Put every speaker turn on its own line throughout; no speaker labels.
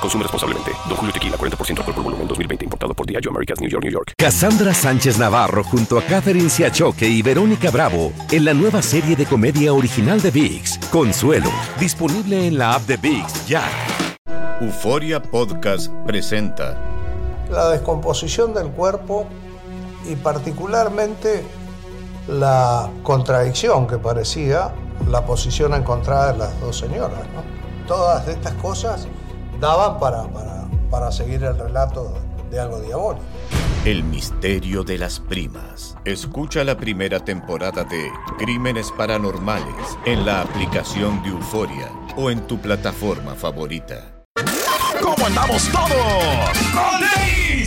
Consume responsablemente. Don Julio Tequila, 40% alcohol por volumen, 2020. Importado por Diageo Americas, New York, New York.
Cassandra Sánchez Navarro junto a Catherine Siachoque y Verónica Bravo en la nueva serie de comedia original de VIX, Consuelo, disponible en la app de VIX ya.
Euforia Podcast presenta.
La descomposición del cuerpo y particularmente la contradicción que parecía la posición encontrada de las dos señoras. ¿no? Todas estas cosas daban para, para, para seguir el relato de algo diabólico.
El misterio de las primas. Escucha la primera temporada de Crímenes Paranormales en la aplicación de Euforia o en tu plataforma favorita.
¿Cómo andamos todos?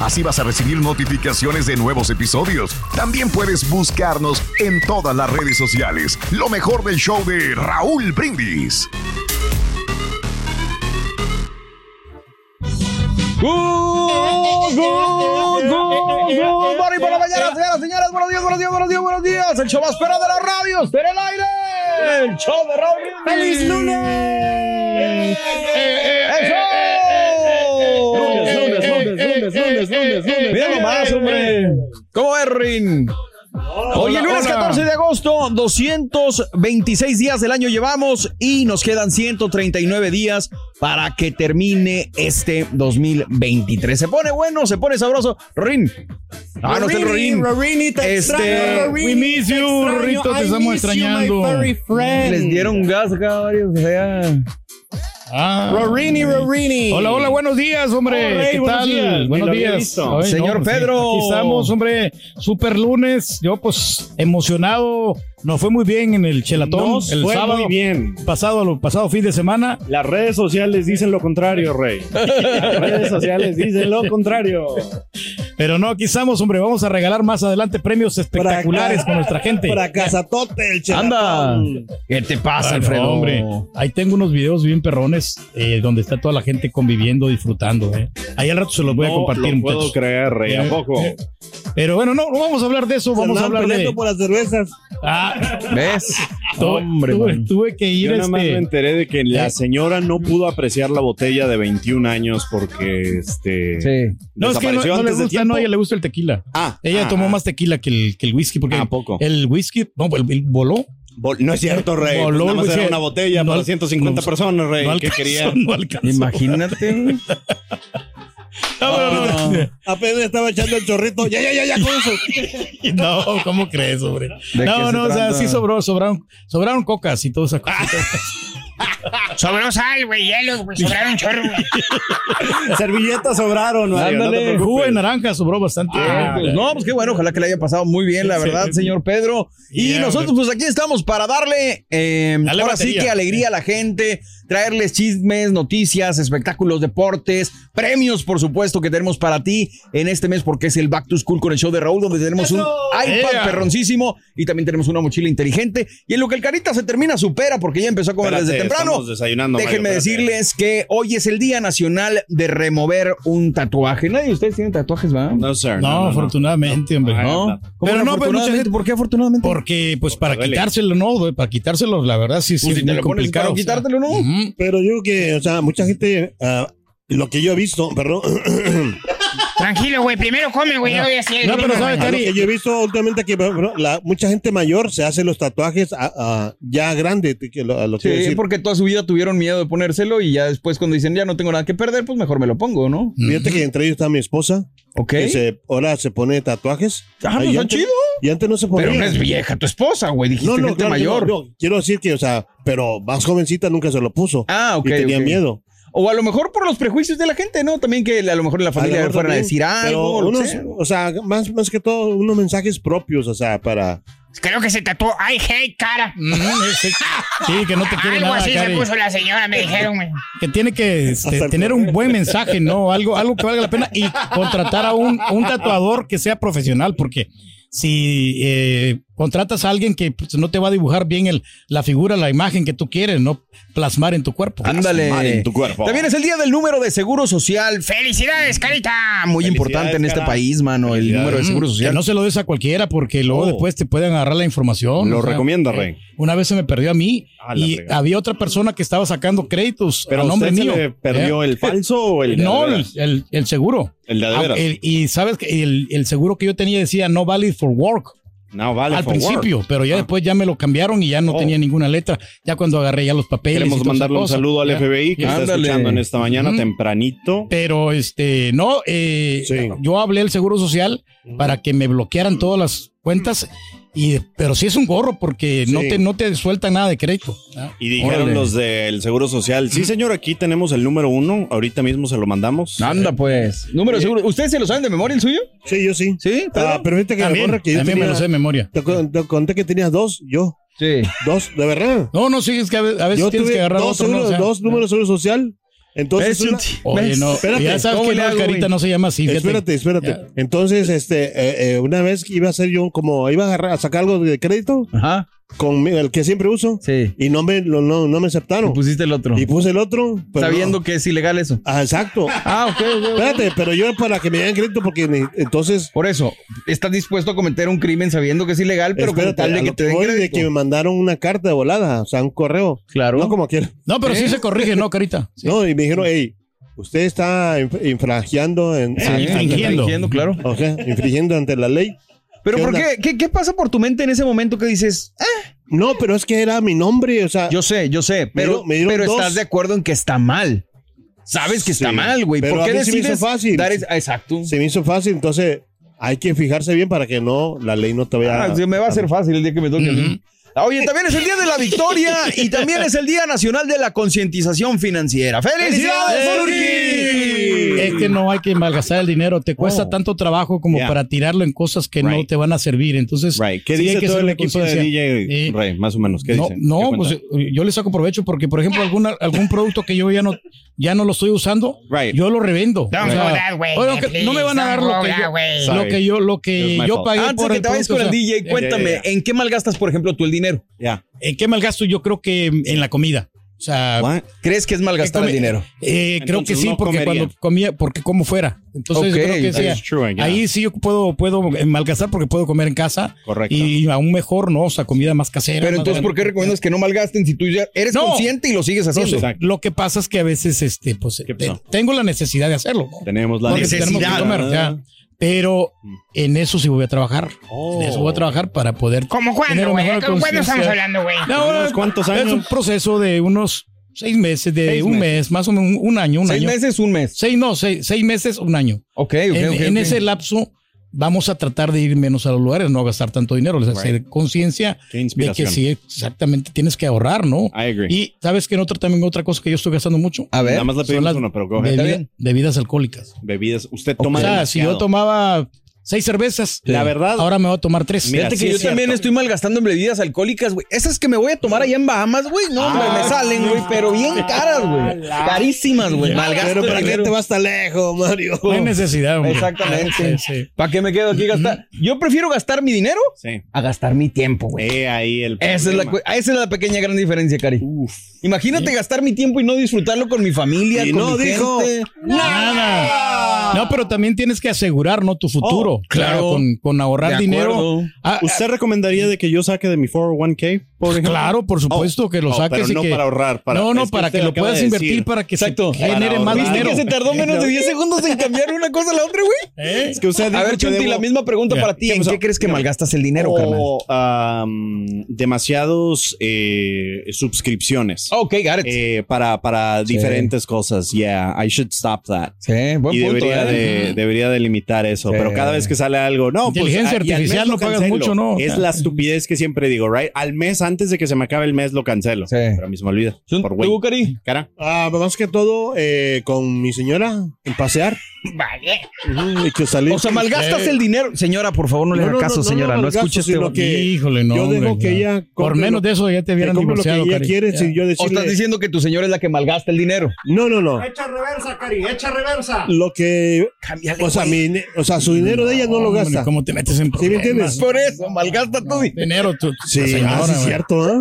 Así vas a recibir notificaciones de nuevos episodios. También puedes buscarnos en todas las redes sociales. Lo mejor del show de Raúl Brindis.
Good, good, good, good morning por la mañana, señoras, señores. Buenos días, buenos días, buenos días, buenos días. El show más perro de las radios, está en el aire. El show de Raúl Brindis.
¡Feliz lunes!
¡Eso!
Lunes, lunes, lunes, lunes, lunes, lunes, lunes.
Mira nomás, hombre. ¿Cómo es, Rin? Hoy el lunes 14 de agosto, 226 días del año llevamos y nos quedan 139 días para que termine este 2023. Se pone bueno, se pone sabroso. Rorín. Ah, no es el
Rorini,
Rorín.
Rorini, te
Este,
extraño, Rorini,
we miss
te
you,
extraño.
Rito, te
I
estamos
miss you,
extrañando.
my very friend.
Les dieron gas acá varios allá.
Ah.
Rorini, Rorini.
Hola, hola, buenos días, hombre.
Hola,
¿Qué
buenos
tal?
días. Ni lo
Buenos
había
días.
visto.
Ay,
Señor
pues,
Pedro.
Aquí estamos, hombre. Super lunes. Yo, pues, emocionado. Nos fue muy bien en el Chelatón.
Nos
el
fue
sábado.
muy bien.
Pasado, lo- pasado fin de semana.
Las redes sociales dicen lo contrario, Rey. Las redes sociales dicen lo contrario.
Pero no, aquí estamos, hombre. Vamos a regalar más adelante premios espectaculares
Fraca-
con nuestra gente.
Fracasatote el
Anda.
chelatón.
¿Qué te pasa,
Ay, no,
Alfredo?
hombre. Ahí tengo unos videos bien perrones eh, donde está toda la gente conviviendo, disfrutando. Eh. Ahí al rato se los voy a
No
compartir,
lo puedo
muchachos.
creer, Rey. ¿A
Eh,
poco?
eh, Pero bueno, no, no vamos a hablar de eso. Vamos a hablar de.
las cervezas.
Ah,
¿Ves?
tu-
Hombre,
tuve,
man.
tuve que ir
Yo nada más me
este.
enteré de que
¿Eh?
la señora no pudo apreciar la botella de 21 años porque este
Sí.
No, es que no,
desapareció
no le
antes de
gusta,
tiempo.
no, a ella le gusta el tequila.
Ah,
Ella
ah,
tomó
ah.
más tequila que el, que el whisky porque
¿A poco?
el whisky no, el, el voló.
Vol- No es cierto, Rey.
Voló,
Pues nada más
güey,
era
sí.
una botella
No
para
al-
150
no-
personas, Rey.
No
¿Qué
alcanzó,
quería?
no alcanzó.
Imagínate.
No, no, no.
Apenas estaba echando el chorrito. Ya, ya, ya, ya, con eso.
No, ¿cómo crees, hombre?
qué
No,
se
no, o sea,
trata?
sí sobró, sobraron, sobraron cocas y todas esas cosas.
Sobró sal, güey, hielo, güey, sobraron chorro, güey.
Servilletas sobraron, Mario. No te
Ándale,
preocupes.
Jugo de naranja sobró bastante.
Ah, pues no, pues qué bueno, ojalá que le haya pasado muy bien, la
Sí.
verdad, señor Pedro. Y
Yeah,
nosotros, pues aquí estamos para darle, eh,
Dale
ahora
batería.
sí que alegría a la gente, traerles chismes, noticias, espectáculos, deportes, premios, por supuesto, que tenemos para ti en este mes, porque es el Back to School con el show de Raúl, donde tenemos un iPad
Yeah.
perroncísimo y también tenemos una mochila inteligente. Y en lo que el Carita se termina, supera, porque ya empezó a comer
Espérate,
desde temprano.
estamos desayunando, Mario,
Déjenme
espérate.
decirles que hoy es el Día Nacional de Remover un Tatuaje. Nadie de ustedes tiene tatuajes, ¿va?
No, sir.
No, afortunadamente, hombre.
No.
No. Pero no, pues mucha gente.
¿Por qué afortunadamente?
Porque, pues, para
duele.
quitárselo, no, güey, para quitárselo, la verdad, sí, sí,
Pues,
es
si te
muy
lo pones
complicado.
para
o sea.
quitártelo, ¿no?
Ujú.
Pero yo que, o sea, mucha gente, ah, lo que yo he visto, perdón,
Tranquilo, güey. Primero come, güey. luego ya sigue
No, pero
comiendo,
sabes,
güey.
Cari, yo he visto últimamente que bueno, la- mucha gente mayor se hace los tatuajes a- a- ya grande. te- que lo- a lo que
Sí,
decir.
porque toda su vida tuvieron miedo de ponérselo y ya después cuando dicen ya no tengo nada que perder, pues mejor me lo pongo, ¿no?
Fíjate que entre ellos está mi esposa.
Ok.
Que se- ahora se pone tatuajes.
Ah, pues
Y
está
antes-
chido.
Y antes no se ponía.
Pero no es vieja tu esposa, güey. Dijiste
No, no,
gente
claro que
mayor.
no, no. Quiero decir que, o sea, pero más jovencita nunca se lo puso.
Ah, ok.
Y tenía
ok.
miedo.
O a lo mejor por los prejuicios de la gente, ¿no? También que a lo mejor en la
A lo
familia
mejor
fueran a
también,
decir algo.
pero
lo que
unos-
sea.
Ah,
o sea, más, más que todo, unos mensajes propios, o sea, para.
Creo que se tatuó. I hate cara.
Sí, que no te quiere
Algo
nada,
así
Cari.
se puso la señora, me dijeron, güey.
Que tiene que este,
Hasta el
tener un buen mensaje, ¿no? Algo, algo que valga la pena y contratar a un, un tatuador que sea profesional, porque si eh, contratas a alguien que pues, no te va a dibujar bien el, la figura, la imagen que tú quieres, ¿no? Plasmar en tu cuerpo.
Ah, Ándale. También es el día del número de seguro social.
¡Felicidades, carita!
Muy importante en este
carajo.
país, mano, el número de seguro
Mm,
social.
Que no se lo des a cualquiera porque luego
Oh.
después te pueden agarrar la información.
Lo
o sea, eh,
recomienda, Rey.
Una vez se me perdió a mí
A la
y
fregada.
había otra persona que estaba sacando créditos
Pero
a nombre
usted se
mío.
le perdió
¿Eh?
el falso o el de
no,
de
el,
veras?
el- el seguro.
El de de
Ah,
veras.
el- y sabes que el, el seguro que yo tenía decía no valid for work
No, vale.
al
for work. Ah.
principio, pero ya después ya me lo cambiaron y ya no
Oh.
tenía ninguna letra. Ya cuando agarré ya los papeles. y
Queremos
toda esa
mandarle un
cosa.
saludo al
Ya.
FBI que está
Ándale.
escuchando en esta mañana
Ujú.
tempranito.
Pero este, no, eh,
Sí.
yo hablé al Seguro Social para que me bloquearan todas las cuentas. Y, pero sí es un gorro porque no,
Sí.
te, no te suelta nada de crédito.
Y dijeron
Órale.
los del Seguro Social, sí señor, aquí tenemos el número uno, ahorita mismo se lo mandamos.
Ah.
Anda, pues. Número de seguro. ¿Ustedes se lo saben de memoria el suyo?
Sí, yo sí.
¿Sí?
Ah, pero viste que la
También,
gorra que yo
también me
tenía-
lo sé de memoria.
Te, con- te conté que tenías dos, yo.
Sí.
Dos, de verdad.
No, no, sí, es que a ve- a veces
Yo
Pues tienes
tuve
que agarrar
dos,
otro, ¿no?
seguros-
O sea,
dos números de seguro social. Entonces,
¿Ves?
una-
Oye, no,
Espérate,
ya sabes
¿cómo
que
le
no,
hago,
Carita
güey?
no se llama así. fíjate.
espérate, espérate.
Ya.
Entonces, este, eh, eh, una vez que iba a hacer yo, como iba a, agarrar, a sacar algo de crédito
Ajá.
con mi- el que siempre uso,
Sí.
y no me, lo- no, no me
Y
aceptaron.
pusiste el otro.
Y pues, puse el otro. pero
Sabiendo
no.
que es ilegal eso.
Ah, exacto.
Ah, ok, ok, ok.
Espérate, pero yo para que me hagan crédito, porque ne- entonces.
Por eso, estás dispuesto a cometer un crimen sabiendo que es ilegal, pero con
espérate,
tal
a
de que
lo
te den
voy de
crédito.
que me mandaron una carta de volada, o sea, un correo.
Claro.
No como quiera.
No, pero sí se corrige, ¿no, Carita? Sí.
No, y me dijeron, hey, usted está inf- infragiando en.
Sí,
ante-
infringiendo.
infringiendo, claro.
o sea, infringiendo ante la ley.
Pero
¿Qué
¿por
onda?
qué, qué? ¿Qué pasa por tu mente en ese momento que dices,
No, pero es que era mi nombre, o sea.
Yo sé, yo sé, pero,
dieron- me dieron
pero
dos.
estás de acuerdo en que está mal. Sabes que está
Sí,
mal, güey.
pero
¿Por
a
qué
mí se me hizo
decides
fácil.
dar es- ah, Exacto.
se me hizo fácil, entonces hay que fijarse bien para que no, la ley no te vaya
Ah, sí, me va a ser fácil el día que me toque. a mí. Ah, Oye, también es el día de la victoria y también es el día nacional de la concientización financiera. ¡Felicidades, Urqui!
Es que no hay que malgastar el dinero. Te cuesta
Oh.
tanto trabajo como
Yeah.
para tirarlo en cosas que no
Right.
te van a servir. Entonces,
Right. ¿Qué
sí hay
dice
que
todo
ser
el
de
equipo de
conciencia.
DJ
Sí.
Rey? Más o menos, ¿qué
no,
dicen?
no,
¿Qué
pues
cuentan?
eh, yo les saco provecho porque, por ejemplo, alguna, algún producto que yo ya no, ya no lo estoy usando,
Right.
yo lo revendo.
Don't go that way,
oye, que-
please,
no me van a dar
don't
lo
go
que
that way.
yo, lo que yo, lo
It
que
was my
yo
fault.
pagué
Antes
por
que
el
te vayas
producto,
con el
o sea,
DJ, cuéntame,
ya, ya.
¿en qué malgastas, por ejemplo, tú el dinero?
Ya.
¿En eh, qué malgasto? Yo creo que en la comida. O sea, eh,
What?
¿Crees que es malgastar el
Come-
dinero?
Eh, creo que
Entonces,
sí,
no
porque
comería.
cuando comía, porque como fuera. Entonces,
Ok,
yo creo que
that
sí,
is true, yeah.
ahí sí yo puedo, puedo eh, malgastar porque puedo comer en casa.
Correcto.
Y aún mejor, ¿no? O sea, comida más casera.
Pero
más
entonces, ¿por qué
barata.
recomiendas que no malgasten si tú ya eres
No.
consciente y lo sigues
No sé,
haciendo?
Exacto.
lo que pasa es que a veces, este, pues,
¿Qué
te-
pasó?
tengo la necesidad de hacerlo. ¿no?
Tenemos la
Porque tenemos que
necesidad. Mm.
comer, ya. Pero en eso sí voy a trabajar. En eso voy
Oh.
a trabajar para poder.
¿Cómo
Tener
cuándo,
una
güey?
mejor
¿Cómo cuándo estamos
conciencia.
hablando, güey?
No,
¿Unos cuántos
Es un
años?
proceso de unos seis meses, de
Seis
un mes, más o menos un año, un
Seis
año.
meses, un mes.
Seis, no, seis, seis meses, un año.
Ok, ok,
en,
ok,
en
ok.
ese lapso vamos a tratar de ir menos a los lugares, no gastar tanto dinero, les hacer conciencia
Qué
de que
inspiración.
sí, exactamente tienes que ahorrar, ¿no?
I agree. Ah,
Y sabes que en otra también otra cosa que yo estoy gastando mucho,
A ver.
Nada más le
Son
pedimos
las
uno, pero go ahead.
bebida-
bien.
bebidas alcohólicas.
Bebidas. Usted toma
o sea, si yo
demasiado.
tomaba seis cervezas,
La verdad-
ahora me voy a tomar tres.
Mira,
Fíjate
sí
que yo
es cierto.
también estoy malgastando en bebidas alcohólicas, güey. Esas que me voy a tomar allá en Bahamas, güey. No, hombre, me salen, güey, pero bien caras, güey. Carísimas, güey. Malgasto
Pero
el
para qué
dinero.
te vas tan lejos, Mario.
No hay necesidad, hombre.
Exactamente.
Ah, Sí, sí.
¿Para qué me quedo aquí gastar? Yo prefiero gastar mi dinero
Sí.
a gastar mi tiempo, güey.
Eh, ahí el
Esa es, la, cu-
problema.
esa es la pequeña gran diferencia, Cari. Imagínate gastar mi tiempo y no disfrutarlo con mi familia,
Y
con
no
mi
dijo
gente.
Nada. No, pero también tienes que asegurar, ¿no? Tu futuro.
Oh, claro.
Con, con ahorrar
De acuerdo.
dinero.
¿Usted recomendaría de que yo saque de mi 401k?
Claro, por supuesto que lo saques.
Pero
y
no
que-
para ahorrar. Para,
no, no,
es que
para
usted
que lo
acaba
puedas
de
invertir
decir.
para que se
Exacto.
genere
Para
más
ahorrar.
dinero.
que se tardó menos de 10 segundos en cambiar una cosa a la otra, güey.
¿Eh?
Es que usted
A
dijo
ver,
que
Chunti,
debo-
la misma pregunta
Ya.
para ti. ¿En
pasó?
qué crees que
Dígame.
malgastas el dinero, carnal?
o, am, demasiados eh, suscripciones.
Ok, got it.
Eh, para para
Oh, Sí.
diferentes cosas. Yeah, I should stop that.
Sí, buen
y
punto,
debería,
¿eh?
de, debería de limitar eso.
Sí.
Pero cada vez que sale algo, no. pues,
Inteligencia
ah, y al mes
artificial
lo
no pagas
cancelo.
mucho, ¿no?
Es la estupidez que siempre digo, right? Al mes, antes de que se me acabe el mes, lo cancelo. Pero a mí se me olvida. Por güey. Cara.
Ah, más que todo, eh, con mi señora, en pasear.
Vale.
Ujú, y que salir.
O sea, malgastas
Eh,
el dinero. Señora, por favor, no le
No,
haga
no,
caso,
no, no,
señora. No, este
no, malgasto,
escuches
sino que-
Híjole, no.
Yo
hombre,
dejo que
ya.
ella
Por
compre
menos
lo-
de eso ya te hubieran
que compre lo que
divorciado.
ella
Karim.
quiere,
Ya.
si yo
O
decirle-
estás diciendo que tu señora es la que malgasta el dinero.
No, no, no.
Echa reversa, Cari, echa reversa.
Lo que.
Cámbiale,
O sea,
güey.
mi ne- o sea, su dinero de ella no lo
Hombre,
gasta.
¿Cómo te metes en
¿Sí me entiendes?
Por eso, malgasta tu dinero.
dinero? Tú, la
Sí,
señora,
ah, sí es
güey.
cierto, ¿eh?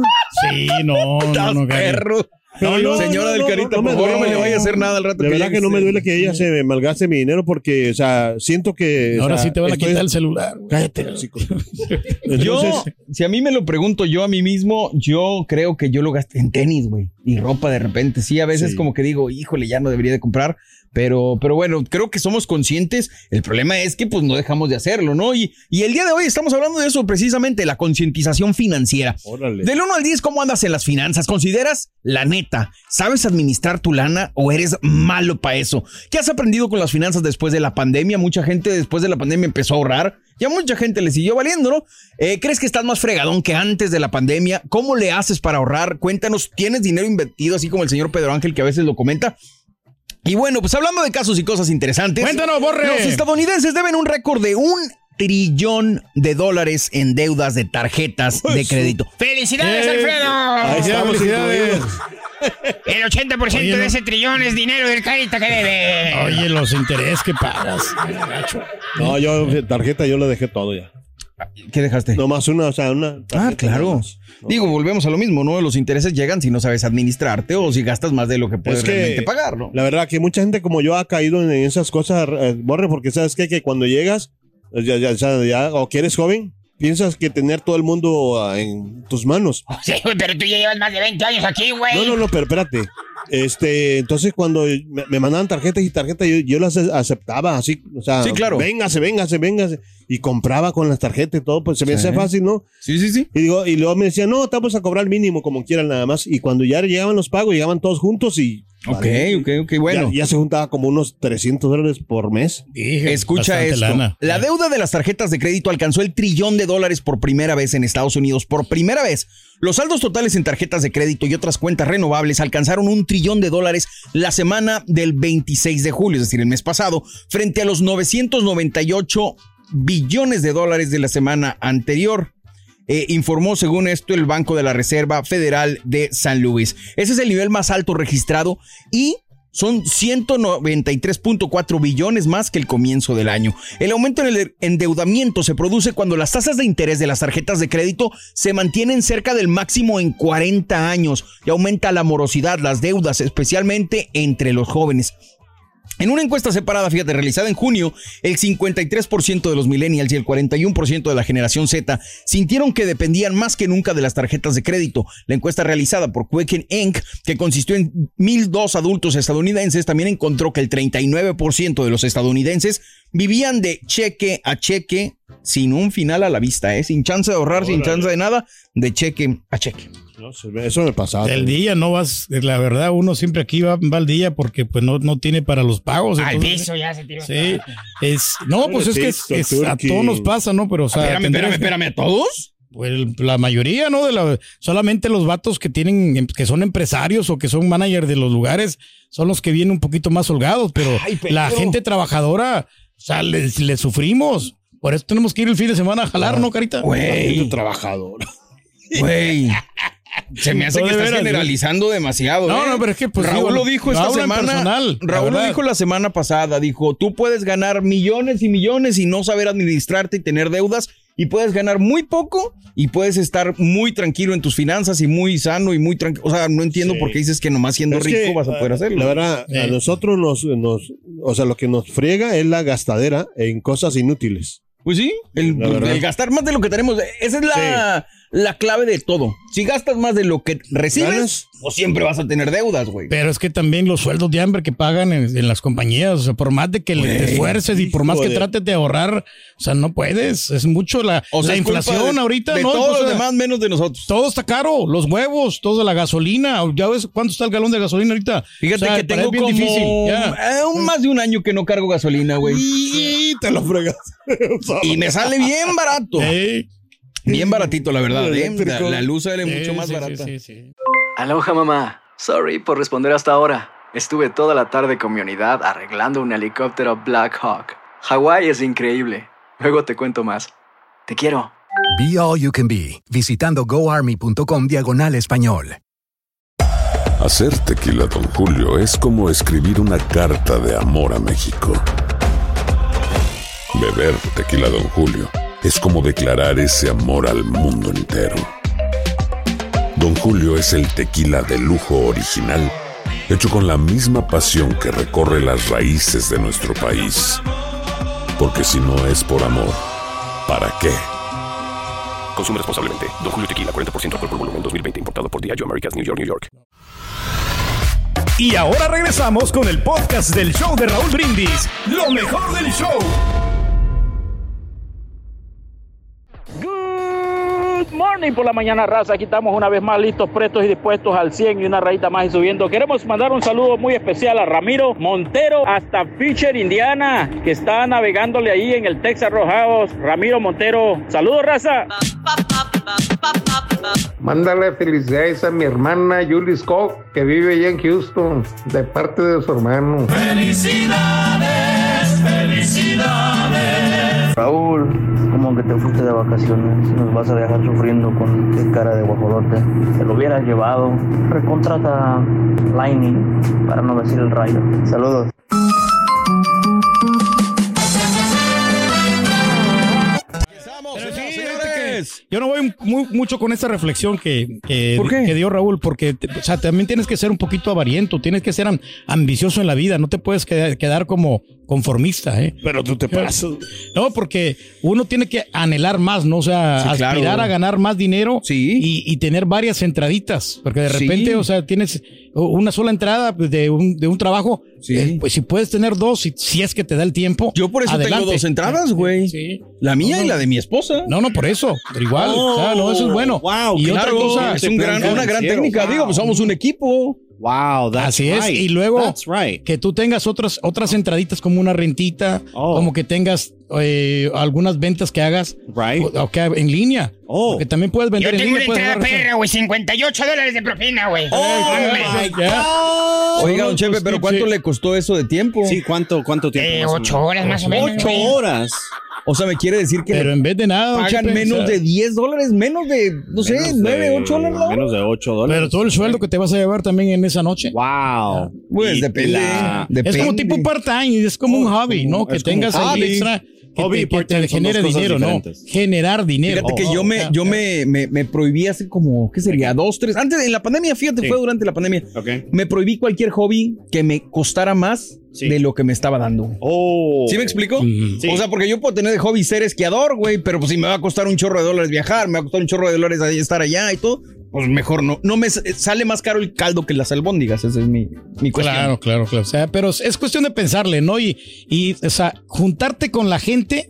Sí, no, no, no, Karim.
Perro.
Pero yo-
señora
no,
del
no,
carita,
no me
por favor, no me
duele.
le vaya a hacer nada al rato
De verdad que no me duele que ella se malgaste mi dinero porque, o sea, siento que. o
Ahora
sea,
sí te van a
estoy-
quitar el celular. güey.
Cállate, chico.
Yo,
Entonces,
si a mí me lo pregunto yo a mí mismo, yo creo que yo lo gasté en tenis, güey, y ropa de repente. Sí, a veces
Sí.
como que digo, híjole, ya no debería de comprar, pero, pero bueno, creo que somos conscientes. El problema es que pues no dejamos de hacerlo, ¿no? Y, y el día de hoy estamos hablando de eso precisamente, la concientización financiera.
órale.
Del 1 al 10, ¿cómo andas en las finanzas? ¿Consideras la neta? ¿Sabes administrar tu lana o eres malo para eso? ¿Qué has aprendido con las finanzas después de la pandemia? Mucha gente después de la pandemia empezó a ahorrar. Ya mucha gente le siguió valiendo, ¿no? Eh, ¿Crees que estás más fregadón que antes de la pandemia? ¿Cómo le haces para ahorrar? Cuéntanos, ¿tienes dinero invertido así como el señor Pedro Ángel que a veces lo comenta? Y bueno, pues hablando de casos y cosas interesantes.
Cuéntanos, Borre.
Los estadounidenses deben un récord de un trillón de dólares en deudas de tarjetas de crédito.
Pues, ¡Felicidades,
Eh,
Alfredo!
Ahí
Ya,
estamos
felicidades.
incluidos.
El 80%
Oye,
de
no.
ese trillón es dinero del carita que debe.
Oye, los intereses que pagas. gacho.
No, yo, tarjeta, yo la dejé todo ya.
¿Qué dejaste?
Nomás una, o sea, una.
Ah,
tarjeta
claro.
nomás.
Digo, volvemos a lo mismo, ¿no? Los intereses llegan si no sabes administrarte o si gastas más de lo que puedes
Es que-
realmente pagar, ¿no?
La verdad que mucha gente como yo ha caído en esas cosas, eh, Borre, porque sabes qué? que cuando llegas, eh, ya, ya, ya, ya, o que eres joven, piensas que tener todo el mundo ah, en tus manos.
Sí, güey, pero tú ya llevas más de 20 años aquí, güey.
No, no, no, pero espérate. Este, entonces cuando me, me mandaban tarjetas y tarjetas, yo, yo las aceptaba así, o sea,
Sí, claro.
véngase, véngase, véngase. Y compraba con las tarjetas y todo, pues se me
Sí.
hacía fácil, ¿no?
Sí, sí, sí.
Y, digo, y luego me decían, no, te vamos a cobrar mínimo como quieran nada más. Y cuando ya llegaban los pagos, llegaban todos juntos y...
Ok,
vale,
ok, ok, bueno.
Ya, ya se juntaba como unos 300 dólares por mes.
Dije,
Escucha
bastante
esto.
lana. Eh.
La deuda de las tarjetas de crédito alcanzó el trillón de dólares por primera vez en Estados Unidos. Por primera vez. Los saldos totales en tarjetas de crédito y otras cuentas renovables alcanzaron un trillón de dólares la semana del 26 de julio, es decir, el mes pasado, frente a los 998 billones de dólares de la semana anterior. Eh, informó, según esto, el Banco de la Reserva Federal de San Luis. Ese es el nivel más alto registrado y son 193.4 billones más que el comienzo del año. El aumento en el endeudamiento se produce cuando las tasas de interés de las tarjetas de crédito se mantienen cerca del máximo en 40 años y aumenta la morosidad, las deudas, especialmente entre los jóvenes. En una encuesta separada, fíjate, realizada en junio, el 53% de los millennials y el 41% de la generación Z sintieron que dependían más que nunca de las tarjetas de crédito. La encuesta realizada por Quicken Inc., que consistió en 1.002 adultos estadounidenses, también encontró que el 39% de los estadounidenses vivían de cheque a cheque sin un final a la vista, ¿eh? sin chance de ahorrar, sin chance de nada, de cheque a cheque.
No, se ve- eso me
Ah,
pasaba.
El día no vas, la verdad, uno siempre aquí va, va al día porque pues no, no tiene para los pagos.
Al
entonces-
piso ya se tiró.
Sí, es, no, pues es que es-
Pobrecito,
es- a
Turki.
todos nos pasa, ¿no? Pero, o sea,
espérame,
tendrías
espérame,
que-
espérame, ¿a todos?
pues, la mayoría, ¿no? De la, solamente los vatos que tienen, em, que son empresarios o que son manager de los lugares, son los que vienen un poquito más holgados, pero
Ay, Pedro.
la gente trabajadora, o sea, les, les sufrimos. Por eso tenemos que ir el fin de semana a jalar, ¿no, carita?
Güey,
trabajador.
güey. Se me hace
No,
que
de
estás
veras, güey.
generalizando demasiado.
No,
¿eh?
no, pero es que, pues,
Raúl
digo,
lo dijo esta
hablo en
semana.
personal, la
Raúl lo
verdad.
dijo la semana pasada. Dijo: Tú puedes ganar millones y millones y no saber administrarte y tener deudas. y puedes ganar muy poco y puedes estar muy tranquilo en tus finanzas y muy sano y muy tranquilo. O sea, no entiendo
Sí.
por qué dices que nomás siendo
Es
rico
que, ah,
vas a
ah,
poder hacerlo.
La verdad, a nosotros nos, nos- o sea, lo que nos friega es la gastadera en cosas inútiles.
Pues sí, el, El gastar más de lo que tenemos, esa es la, la clave de todo. Si gastas más de lo que recibes, o siempre vas a tener deudas, güey.
Pero es que también los sueldos de hambre que pagan en, en las compañías, o sea, por más de que le- te esfuerces y por más
hijo
que
de-
trates de ahorrar, o sea, no puedes. Es mucho la,
O sea,
la
es culpa
inflación
de-
ahorita,
de
¿no?
todos los demás, menos de nosotros.
Todo está caro, los huevos, toda la gasolina. Ya ves cuánto está el galón de gasolina ahorita.
Fíjate
O sea,
que
para
tengo
él bien
como
difícil, ya.
eh, un- más de un año que no cargo gasolina, güey. Y
te lo fregas.
Y me sale bien barato. Bien baratito, la verdad.
El
¿eh? La,
eléctrico.
la luz sale
Sí,
mucho más
sí, sí,
barata.
Aloha mamá. Sorry por responder hasta ahora. Estuve toda la tarde con mi unidad arreglando un helicóptero Black Hawk. Hawái es increíble. Luego te cuento más. Te quiero.
Be All You Can Be, visitando goarmy.com diagonal español.
Hacer tequila, Don Julio, es como escribir una carta de amor a México. Beber tequila, Don Julio, es como declarar ese amor al mundo entero. Don Julio es el tequila de lujo original, hecho con la misma pasión que recorre las raíces de nuestro país. Porque si no es por amor, ¿para qué?
Consume responsablemente. Don Julio Tequila 40% alcohol por volumen 2020 importado por Diageo Americas New York New York.
Y ahora regresamos con el podcast del show de Raúl Brindis. Lo mejor del show.
Good morning por la mañana, raza. Aquí estamos una vez más listos, prestos y dispuestos al 100 y una rayita más y subiendo. Queremos mandar un saludo muy especial a Ramiro Montero hasta Fisher, Indiana, que está navegándole ahí en el Texas Rojados. Ramiro Montero, saludos, raza.
Mándale felicidades a mi hermana Julie Scott, que vive allá en Houston, de parte de su hermano.
Felicidades, felicidades.
Raúl, como que te fuiste de vacaciones, nos vas a dejar sufriendo con qué cara de guajolote. Te lo hubieras llevado. Recontrata a Lightning para no decir el rayo. Saludos.
Pero sí, fíjate que Yo no voy muy- mucho con esta reflexión que, que- que dio Raúl, porque te- o sea, también tienes que ser un poquito avariento, tienes que ser am- ambicioso en la vida, no te puedes queda- quedar como conformista. Pero tú te
pasas.
No, porque uno tiene que anhelar más, ¿no? O sea,
Sí, claro.
aspirar a ganar más dinero y, y tener varias entraditas, porque de
Sí.
repente, o sea, tienes una sola entrada pues, de un, de un trabajo, eh, pues si puedes tener dos, si, si es que te da el tiempo. Yo
Por eso tengo dos entradas, güey. La mía y la de mi esposa.
No, no, por eso. Pero igual, o sea, no, eso es bueno. y otra cosa,
es un gran- una gran técnica. Digo, pues somos un equipo.
Wow, Así es.
right.
Y luego
That's
que tú tengas otras, otras entraditas como una rentita, como que tengas eh, algunas ventas que hagas o- o que en línea. Porque también puedes
Yo
vender en
tengo
línea.
una
puedes
entrada
jugar-
perra, güey. 58 dólares de propina, güey.
Oh,
Hombre.
my God.
Oiga, don Chepe, pero ¿cuánto
Sí.
le costó eso de tiempo? Sí, ¿cuánto, cuánto
tiempo Eh, más o ocho menos? horas más o menos,
Ocho
güey.
horas. O sea, me quiere decir que.
Pero en vez de nada, don
Pagan
Chepe,
menos
o sea-
de 10 dólares, menos de, no sé, 9, 8 dólares. ¿no?
Menos de 8 dólares.
Pero todo el sueldo que te vas a llevar también en esa noche.
Wow.
Pues depende,
Es como
depende.
tipo part-time, es como un hobby, ¿no? Que
es como
tengas
un
ahí
hobby.
extra. Que
Hobby y
te, que te
part-time son
genere
dos cosas
dinero,
diferentes.
¿no? Generar dinero.
Fíjate que yo me, yo me, me, me prohibí hace como, ¿qué sería? Dos, tres. Antes, en la pandemia, fíjate, fue durante la pandemia. Me prohibí cualquier hobby que me costara más de lo que me estaba dando. ¿Sí me explico? O sea, porque yo puedo tener de hobby ser esquiador, güey, pero pues si me va a costar un chorro de dólares viajar, me va a costar un chorro de dólares ahí estar allá y todo, pues mejor no. No me s- sale más caro el caldo que las albóndigas. Esa es mi, mi cuestión.
Claro, claro, claro. O sea, pero es- es cuestión de pensarle, ¿no? Y, y o sea, juntarte con la gente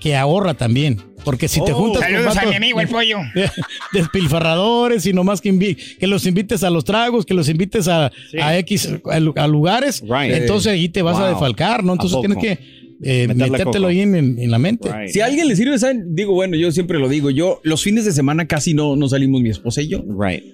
que ahorra también. Porque si te
Oh.
juntas con
Saludos a
vatos
mi amigo el pollo.
despilfarradores y nomás que, invi- que los invites a los tragos, que los invites a, a X a, lu- a lugares, entonces ahí te vas a
Wow.
defalcar, ¿no?
¿A
Entonces tienes
poco?
que eh,
Meterle coco.
metértelo ahí en, en- en la mente.
Si a alguien le sirve, ¿saben? digo, bueno, yo siempre lo digo, yo los fines de semana casi no, no salimos mi esposa y yo.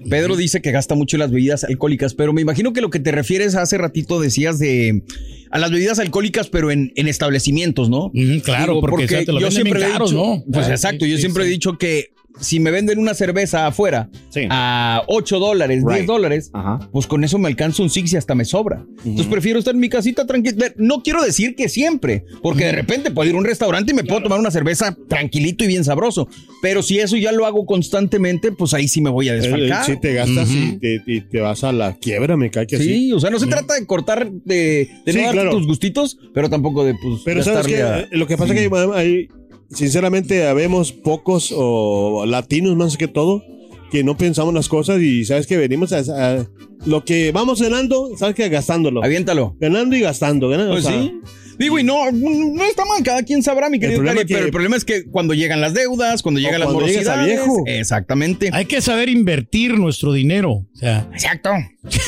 Pedro dice que gasta mucho en las bebidas alcohólicas, pero me imagino que lo que te refieres hace ratito decías de a las bebidas alcohólicas, pero en, en establecimientos, ¿no?
claro, porque, o sea, te lo venden bien
he
caros,
dicho-
¿no?
Pues
Ah,
exacto,
sí,
yo
sí,
siempre
sí.
he dicho que si me venden una cerveza afuera a 8 dólares, 10 dólares, pues con eso me alcanzo un six y hasta me sobra. Entonces prefiero estar en mi casita tranquila. No quiero decir que siempre, porque de repente puedo ir a un restaurante y me puedo tomar una cerveza tranquilito y bien sabroso. Pero si eso ya lo hago constantemente, pues ahí sí me voy a desfalcar.
Si Eh, te gastas
Ujú.
y, te, y te vas a la quiebra, me cae que
Sí,
sí.
o sea, no se
Ujú.
trata de cortar, de, de
Sí,
no darte
claro.
tus gustitos, pero tampoco de pues,
Pero sabes
gastarle
que
a-
lo que pasa
Sí.
es que hay- hay- sinceramente habemos pocos o latinos más que todo que no pensamos las cosas y sabes que venimos a, a- lo que vamos ganando, sabes que gastándolo.
Aviéntalo.
Ganando y gastando, ganando.
Pues sí. Digo, y no, no está mal, cada quien sabrá, mi querido
problema
Cari,
es que-
pero el problema es que cuando llegan las deudas, cuando llegan las
cuando llegas a
morosidades,
viejo.
exactamente.
Hay que saber invertir nuestro dinero. O sea,
Exacto.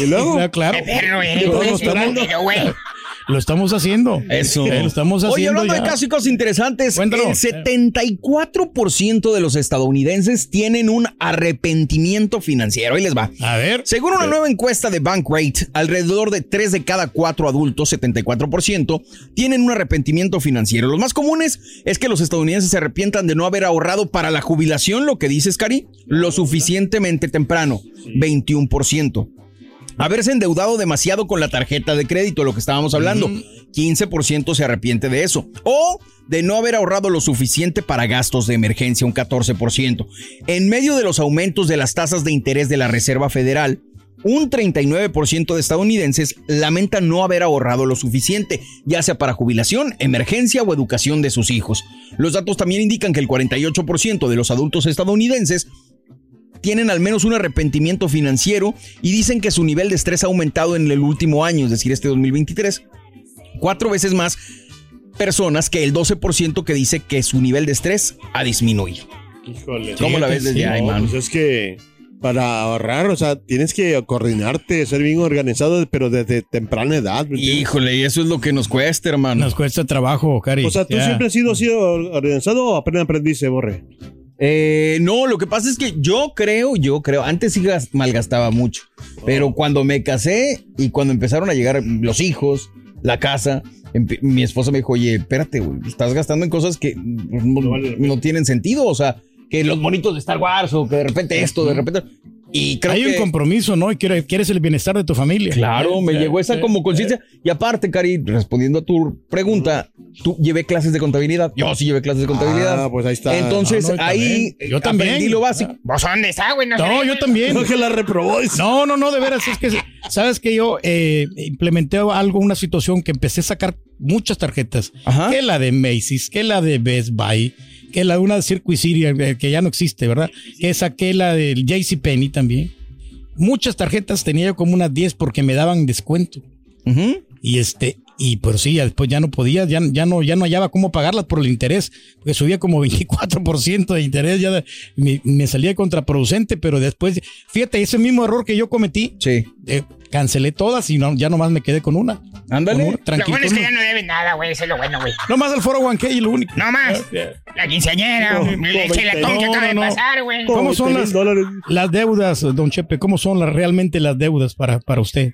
y luego, claro.
Qué perro eh. eres,
Y luego
güey,
lo, estamos,
pero, güey.
lo estamos haciendo.
Eso.
Eh, Lo estamos haciendo.
Oye, hablando
ya.
de casos y cosas interesantes,
Cuéntanos.
el 74% de los estadounidenses tienen un arrepentimiento financiero. Ahí les va.
A ver.
Según una nueva encuesta de Bankrate, alrededor de 3 de cada 4 adultos, 74%, tienen un arrepentimiento financiero. Los más comunes es que los estadounidenses se arrepientan de no haber ahorrado para la jubilación, lo que dices, Cari, lo suficientemente temprano, 21%. Haberse endeudado demasiado con la tarjeta de crédito, lo que estábamos hablando. 15% se arrepiente de eso. O de no haber ahorrado lo suficiente para gastos de emergencia, un 14%. En medio de los aumentos de las tasas de interés de la Reserva Federal, un 39% de estadounidenses lamentan no haber ahorrado lo suficiente, ya sea para jubilación, emergencia o educación de sus hijos. Los datos también indican que el 48% de los adultos estadounidenses tienen al menos un arrepentimiento financiero y dicen que su nivel de estrés ha aumentado en el último año, es decir, este 2023, cuatro veces más personas que el 12% que dice que su nivel de estrés ha disminuido.
Híjole.
¿Cómo la ves desde
Sí,
ahí,
no,
man?
pues es que para ahorrar, o sea, tienes que coordinarte, ser bien organizado, pero desde temprana edad. ¿me entiendes?
Híjole, y eso es lo que nos cuesta, hermano.
Nos cuesta trabajo, Cari.
O sea, ¿tú
Ya.
siempre has sido, sido organizado o apenas aprendiste, Borre?
Eh, no, lo que pasa es que yo creo, yo creo, antes sí gas- malgastaba mucho,
Oh.
pero cuando me casé y cuando empezaron a llegar los hijos, la casa, empe- mi esposa me dijo, oye, espérate, güey, estás gastando en cosas que no, no tienen sentido, o sea, que los bonitos de Star Wars o que de repente esto, de repente... Y creo
Hay
que
un compromiso, ¿no? Y quiere- quieres el bienestar de tu familia.
Claro, me
Sí,
llegó esa
sí,
como conciencia. Y aparte, Cari, respondiendo a tu pregunta, tú llevé clases de contabilidad. Yo sí llevé clases de contabilidad.
Ah, pues ahí está.
Entonces,
Ah, no, yo
ahí
también. Yo también.
aprendí lo básico.
¿Vos dónde está, güey? No,
No,
sé.
yo también.
No, que la reprobó.
No, no, no, de veras. Es que, ¿sabes que Yo eh, implementé algo, una situación que empecé a sacar muchas tarjetas. Que la de Macy's, que la de Best Buy, que la de una de Circuit City, eh, que ya no existe, ¿verdad? Que saqué la del JCPenney también. Muchas tarjetas tenía yo como unas 10 porque me daban descuento. Y este, y pero sí, ya después ya no podía, ya, ya no, ya no hallaba cómo pagarlas por el interés, porque subía como 24% de interés, ya de- me, me salía contraproducente, pero después, fíjate, ese mismo error que yo cometí, eh, cancelé todas y no, ya nomás me quedé con una.
Ándale.
Lo
tranquilo.
bueno es que
con
ya
una.
no debe nada, güey. Eso es lo bueno, güey.
Nomás el foro Guanque y lo único.
No más. La quinceañera,
No,
el
como
chelatón que
20,
acaba de
no, no.
pasar, güey.
¿Cómo son las, las deudas, don Chepe? ¿Cómo son las, realmente las deudas para, para usted?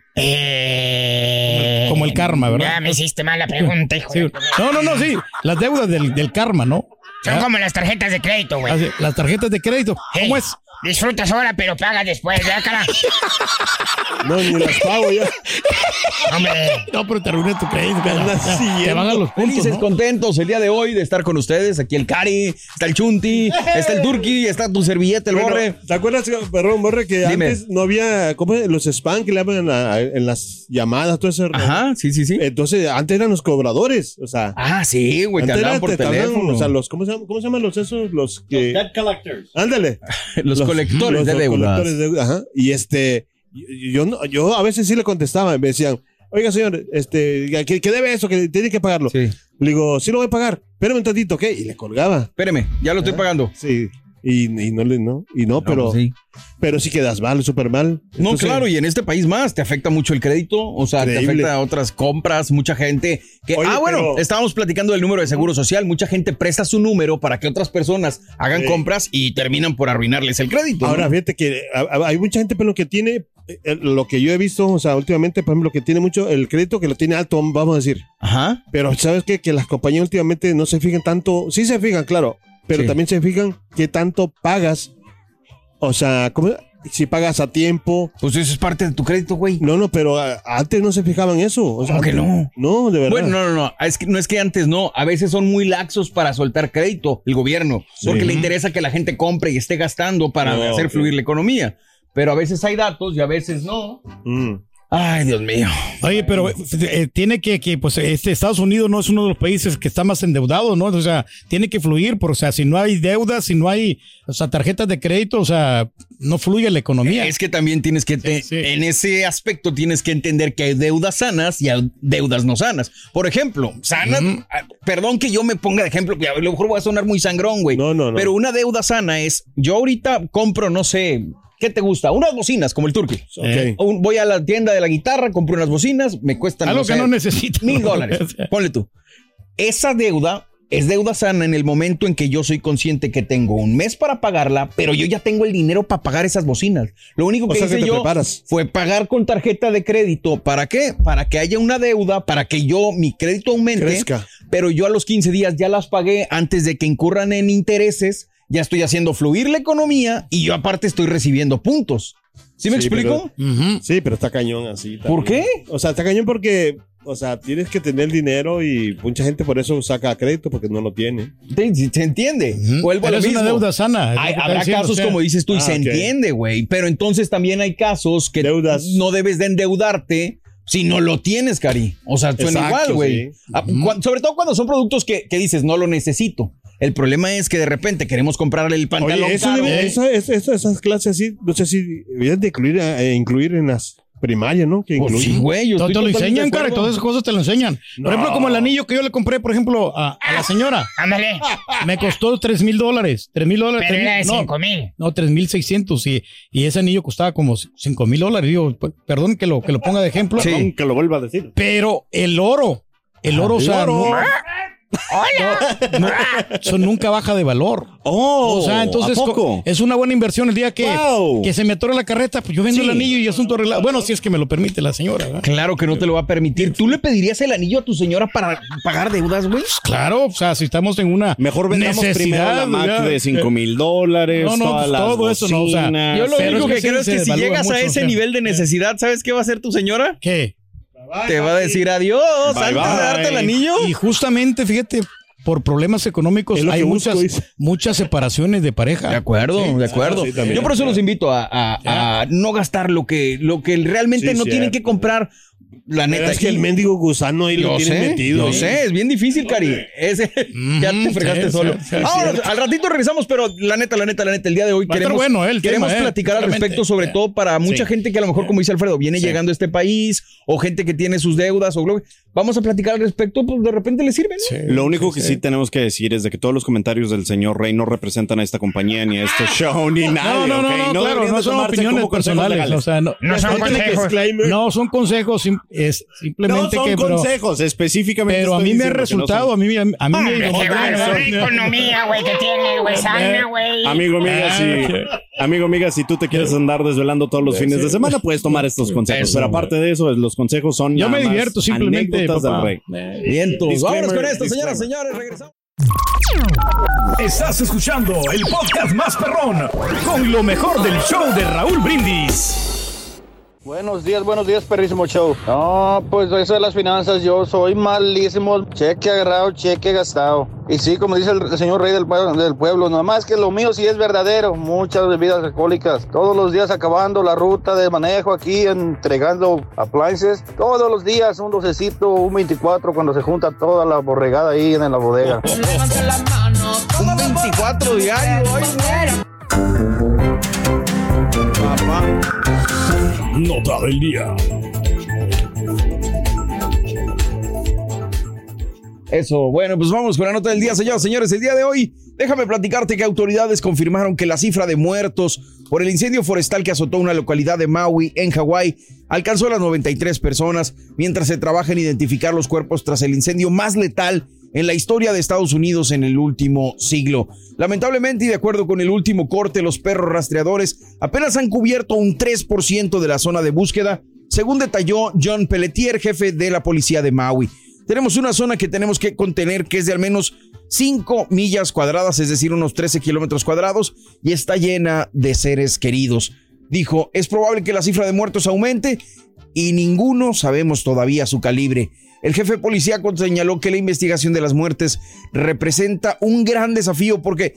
Como el karma, ¿verdad?
Eh, Ya me hiciste mal la pregunta, hijo.
Sí.
de-
No, no, no, sí. Las deudas del, del karma, ¿no?
Son
¿Ah?
como las tarjetas de crédito, güey.
Así, Las tarjetas de crédito. ¿Cómo es?
Ah.
Disfrutas ahora, pero pagas después, ¿verdad, cara?
No, ni las pago ya.
Hombre.
No, pero te arruiné tu crédito.
Te van a los Felices, contentos el día de hoy de estar con ustedes. Aquí el Cari, está el Chunti, está el Turki, está tu servilleta, el
Bueno,
Borre.
¿Te acuerdas, perdón, Borre, que
Dime.
antes no había ¿cómo es? los spam que le llaman en, la- en las llamadas, todo eso?
Ajá, sí, sí, sí.
Entonces, antes eran los cobradores, o sea.
Ah, sí, güey, te
antes
hablaban
eran-
por
te hablaban,
teléfono.
o sea, los, ¿cómo se, llaman, ¿cómo se llaman los esos? Los que...
collectors.
Ándale.
Los colectores de deudas.
colectores de deudas, ajá. Y este, y- yo, no- yo a veces sí le contestaba, me decían, oiga señor, este, que, que debe eso, que tiene que pagarlo. Le digo, sí lo voy a pagar, espérame un tantito, ¿ok? Y le colgaba.
Espéreme, ya lo estoy pagando.
Sí. Y, y no le, no, y Eh, no, pero,
pues sí.
pero sí quedas mal, súper mal.
No,
Entonces,
claro, y en este país más te afecta mucho el crédito, o sea, te
Increíble.
afecta a otras compras, mucha gente que...
Oye,
ah, bueno,
pero-
estábamos platicando del número de seguro social, mucha gente presta su número para que otras personas hagan
Sí.
compras y terminan por arruinarles el crédito. ¿no?
Ahora, fíjate que a- a- hay mucha gente, pero que tiene, eh, eh, lo que yo he visto, o sea, últimamente, por ejemplo, que tiene mucho, el crédito que lo tiene alto, vamos a decir.
Ajá.
Pero sabes qué? que las compañías últimamente no se fijan tanto, sí se fijan, claro, pero también se fijan qué tanto pagas. O sea, ¿cómo? si pagas a tiempo.
Pues eso es parte de tu crédito, güey.
No, no, pero ah, antes no se fijaban eso. O sea,
¿Cómo que no?
No, de verdad.
Bueno, no, no, no. Ah, Es que, no es que antes no. A veces son muy laxos para soltar crédito el gobierno, porque
Sí.
le interesa que la gente compre y esté gastando para
No,
hacer
ok.
fluir la economía. Pero a veces hay datos y a veces no.
Mm,
Ay, Dios mío.
Oye, pero eh, tiene que, que, pues, este Estados Unidos no es uno de los países que está más endeudado, ¿no? O sea, tiene que fluir, por, o sea, si no hay deuda, si no hay, o sea, tarjetas de crédito, o sea, no fluye la economía.
Es que también tienes que, te- en ese aspecto tienes que entender que hay deudas sanas y hay deudas no sanas. Por ejemplo, sanas, ah, perdón que yo me ponga de ejemplo, que a lo mejor voy a sonar muy sangrón, güey.
no.
Pero una deuda sana es, yo ahorita compro, no sé, ¿qué te gusta? Unas bocinas, como el turqui.
Ok.
eh, O un- Voy a la tienda de la guitarra, compro unas bocinas, me cuestan...
Algo que no necesito.
Mil dólares, ponle tú. Esa deuda... Es deuda sana en el momento en que yo soy consciente que tengo un mes para pagarla, pero yo ya tengo el dinero para pagar esas bocinas. Lo único
O
que
sea, que
hice
te
yo
preparas.
fue pagar con tarjeta de crédito. ¿Para qué? Para que haya una deuda, para que yo, mi crédito aumente.
Crezca.
Pero yo a los 15 días ya las pagué antes de que incurran en intereses. Ya estoy haciendo fluir la economía y yo aparte estoy recibiendo puntos. ¿Sí me explico?
pero- Sí, pero está cañón así.
¿Por
qué? O sea, está cañón porque, o sea, tienes que tener dinero y mucha gente por eso saca crédito porque no lo tiene.
¿Se, entiende? Vuelvo a
Pero
lo
es una
mismo.
deuda sana, es lo
Hay-
que está
habrá
diciendo,
casos
o sea.
como dices tú y
Ah,
se
ok.
entiende, güey. Pero entonces también hay casos que no debes de endeudarte si no lo tienes, Cari. O sea, suena
Exacto,
igual, güey.
sí.
Ah, cua- Sobre todo cuando son productos que, que dices, no lo necesito. El problema es que de repente queremos comprarle el pantalón
Oye, eso
caro.
¿eh?
debe- eso- eso- eso- esas clases así, no sé si deberían de incluir, eh, incluir en las primarias, ¿no? Que
Pues
incluyen.
sí, güey, yo Todo estoy te lo totalmente enseñan, de acuerdo. cara, todas esas cosas te lo enseñan. Por ejemplo, como el anillo que yo le compré, por ejemplo, a, a la señora.
Ándale.
Me costó tres mil dólares. Tres mil dólares.
Pero
tres
era de
mil- no,
cinco mil.
No, tres mil seiscientos. Y, y ese anillo costaba como cinco mil dólares. Digo, p- perdón que lo, que lo ponga de ejemplo.
Perdón que lo vuelva a decir.
Pero el oro. El oro, o sea,
oro. Ah.
no- no, eso nunca baja de valor.
Oh,
o sea, entonces
¿a poco?
co- es una buena inversión el día que,
Wow.
que se me atore la carreta, pues yo vendo
Sí.
el anillo y asunto arreglado. Bueno, si es que me lo permite la señora. ¿verdad?
Claro que no te lo va a permitir. ¿Tú le pedirías el anillo a tu señora para pagar deudas, güey?
Claro, o sea, si estamos en una
Mejor vendamos primero la Mac de 5 mil dólares.
No, no,
todas
pues,
las
todo eso no, o sea,
bocinas.
Yo lo
Pero
único
es
que creo es
sí
que
se
si
devalúa
llegas
mucho,
a
o
ese
sea.
nivel de necesidad, ¿sabes qué va a hacer tu señora?
¿Qué?
Te va a decir adiós
Bye,
antes
bye.
de darte el anillo.
Y justamente, fíjate, por problemas económicos
Es lo
hay
que busco,
muchas,
dice.
muchas separaciones de pareja.
De acuerdo, de
Ah,
acuerdo. Yo por eso los invito a, a- a no gastar lo que, lo que realmente
Sí,
no tienen
cierto.
que comprar. La
Pero
neta.
es que
Y-
el mendigo gusano ahí lo
Yo
tienen
sé,
metido.
Yo
¿eh?
sé, es bien difícil, Cari. Ese, ya te fregaste
sí,
solo.
sí, sí,
Ahora,
cierto.
al ratito regresamos, pero la neta, la neta, la neta, el día de hoy
Va a estar
queremos,
bueno, eh, el
queremos
tema, eh,
platicar al
totalmente.
respecto, sobre
Sí.
todo para mucha
Sí.
gente que a lo mejor, como dice Alfredo, viene
Sí.
llegando a este país o gente que tiene sus deudas o lo- Vamos a platicar al respecto, pues de repente le sirve, ¿no?
Lo único que sí tenemos que decir es de que todos los comentarios del señor Rey no representan a esta compañía, ni a este show, ni nada.
No, no, no, no, claro, no son opiniones personales. O sea, no, tiene que- No son consejos, sim- es simplemente
No son
que. pero-
consejos, específicamente
Pero a
estoy
mí me ha
diciendo que no
resultado,
son.
a mí, me- a mí me.
Qué bárbaro,
sí.
economía, güey, que tiene, güey, sana, güey.
Amigo, amiga, si, amigo, amiga, si tú te quieres andar desvelando todos los
Sí.
fines de semana, puedes tomar estos consejos. Pero aparte de eso, los consejos son.
Yo
nada
me
más
divierto simplemente,
anécdotas del
papá.
rey.
Vientos. pues, Vámonos con
Disclaimer,
esto,
disclaimer.
señoras, señores. Regresamos.
Estás escuchando el podcast más perrón con lo mejor del show de Raúl Brindis.
Buenos días, buenos días, perrísimo show. No, pues eso de las finanzas, yo soy malísimo. Cheque agarrado, cheque gastado. Y sí, como dice el, el señor rey del, pue- del pueblo, nada más que lo mío sí es verdadero. Muchas bebidas alcohólicas. Todos los días acabando la ruta de manejo aquí, entregando appliances. Todos los días un docecito, un 24, cuando se junta toda la borregada ahí en la bodega.
Un 24 diario hoy,
Nota del día.
Eso, bueno, pues vamos con la nota del día, señoras y señores. El día de hoy, déjame platicarte que autoridades confirmaron que la cifra de muertos por el incendio forestal que azotó una localidad de Maui, en Hawái, alcanzó las 93 personas, mientras se trabaja en identificar los cuerpos tras el incendio más letal en la historia de Estados Unidos en el último siglo. Lamentablemente, y de acuerdo con el último corte, los perros rastreadores apenas han cubierto un 3% de la zona de búsqueda, según detalló John Pelletier, jefe de la policía de Maui. Tenemos una zona que tenemos que contener, que es de al menos 5 millas cuadradas, es decir, unos 13 kilómetros cuadrados, y está llena de seres queridos. Dijo, es probable que la cifra de muertos aumente y ninguno sabemos todavía su calibre. El jefe policíaco señaló que la investigación de las muertes representa un gran desafío porque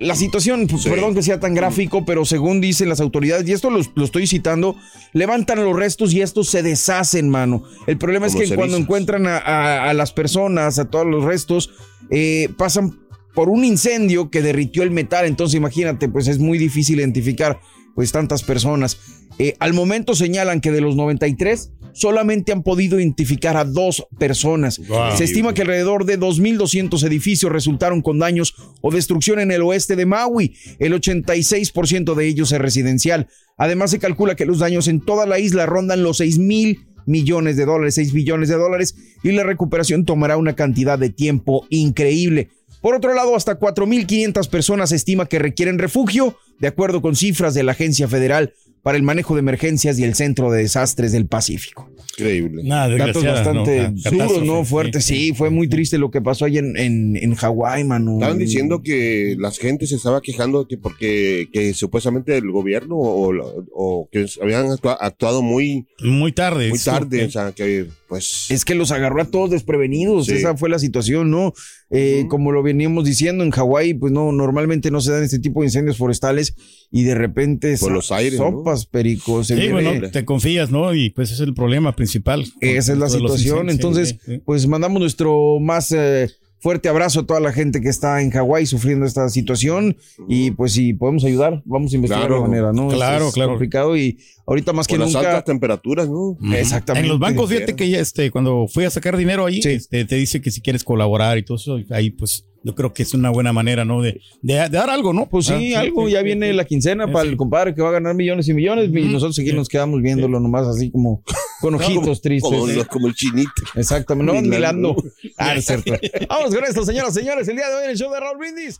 la situación, pues, perdón que sea tan gráfico, pero según dicen las autoridades, y esto los- lo, estoy citando, levantan los restos y estos se deshacen, mano. El problema
Como
es que cuando
cenizas.
encuentran a, a- a las personas, a todos los restos, eh, pasan por un incendio que derritió el metal. Entonces, imagínate, pues es muy difícil identificar pues tantas personas. Eh, al momento señalan que de los 93 solamente han podido identificar a dos personas.
Wow.
Se estima que alrededor de 2.200 edificios resultaron con daños o destrucción en el oeste de Maui. El 86% de ellos es residencial. Además, se calcula que los daños en toda la isla rondan los 6.000 millones de dólares, 6 billones de dólares, y la recuperación tomará una cantidad de tiempo increíble. Por otro lado, hasta 4.500 personas se estima que requieren refugio, de acuerdo con cifras de la Agencia Federal para el Manejo de Emergencias y el Centro de Desastres del Pacífico.
Increíble.
Datos
Ah,
bastante duros, ¿no? Fuertes, sí. Fue muy triste lo que pasó ahí en, en, en Hawái, mano.
Estaban diciendo que la gente se estaba quejando que porque que supuestamente el gobierno o, la- o que habían actua- actuado muy
muy tarde.
Muy
sí.
tarde, o sea, que pues
Es que los agarró a todos desprevenidos.
Sí.
Esa fue la situación, ¿no? Eh, Como lo veníamos diciendo, en Hawái, pues no, normalmente no se dan este tipo de incendios forestales y de repente
Por
so-
los aires, ¿no?
sopas, pericos. se
Sí,
viene-
bueno, te confías, ¿no? Y pues ese es el problema principal.
Esa es la
Todos los
situación.
incendios,
Entonces,
sí, sí.
pues mandamos nuestro más eh, fuerte abrazo a toda la gente que está en Hawái sufriendo esta situación. Y pues si podemos ayudar, vamos a investigar
Claro.
la manera, ¿no?
Claro,
Es- es
claro.
complicado y ahorita más que
por las
nunca.
altas temperaturas, ¿no?
Exactamente.
En los bancos, fíjate que ya, este, cuando fui a sacar dinero ahí, este, te dice que si quieres colaborar y todo eso, y ahí pues yo creo que es una buena manera, ¿no? De, de, de dar algo, ¿no?
Pues sí, algo, ya viene la quincena para el compadre que va a ganar millones y millones y nosotros aquí nos quedamos viéndolo nomás así como con ojitos tristes.
Como, los- como el chinito.
Exactamente, no,
Milando.
milando. Ah, es cierto. Vamos con esto, señoras y señores, el día de hoy en el show de Raúl Brindis.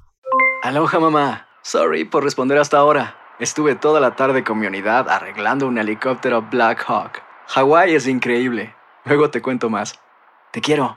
Aloha mamá. Sorry por responder hasta ahora. Estuve toda la tarde con mi unidad arreglando un helicóptero Black Hawk. Hawái es increíble. Luego te cuento más. Te quiero.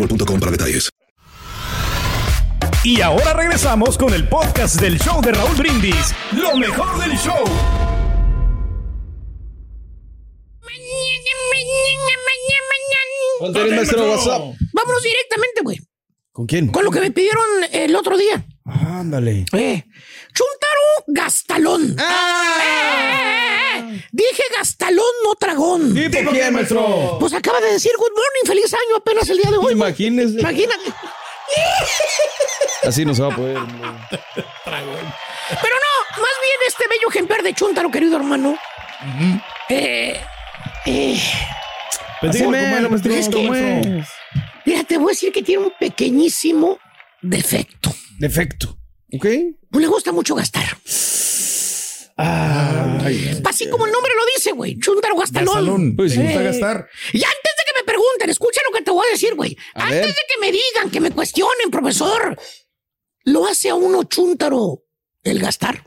para detalles.
Y ahora regresamos con el podcast del show de Raúl Brindis. Lo mejor del show.
¿Cuál sería el maestro WhatsApp?
Vámonos directamente, güey.
¿Con quién?
Con lo que me pidieron el otro día.
Ándale.
Eh, Chuntaro Gastalón. Eh, eh, eh. Dije Gastalón, no Tragón.
¿Y por qué, maestro?
Pues acaba de decir good morning, feliz año apenas el día de hoy.
Imagínese.
Imagínate.
Así no se va a poder.
Pero no, más bien este bello ejemplar de Chuntaro, querido hermano. Eh, eh,
Pues
Así
dígame,
es,
dígame,
compadre,
maestro,
es que-
¿cómo
Mira, te voy a decir que tiene un pequeñísimo defecto.
Defecto. ¿Ok?
No le gusta mucho gastar. Así como el nombre lo dice, güey. Chuntaro gastalón.
Gastalón, pues, le gusta
Eh,
gastar.
Y antes de que me pregunten, escucha lo que te voy a decir, güey. Antes de que me digan, que me cuestionen, profesor. ¿Lo hace a uno chuntaro el gastar?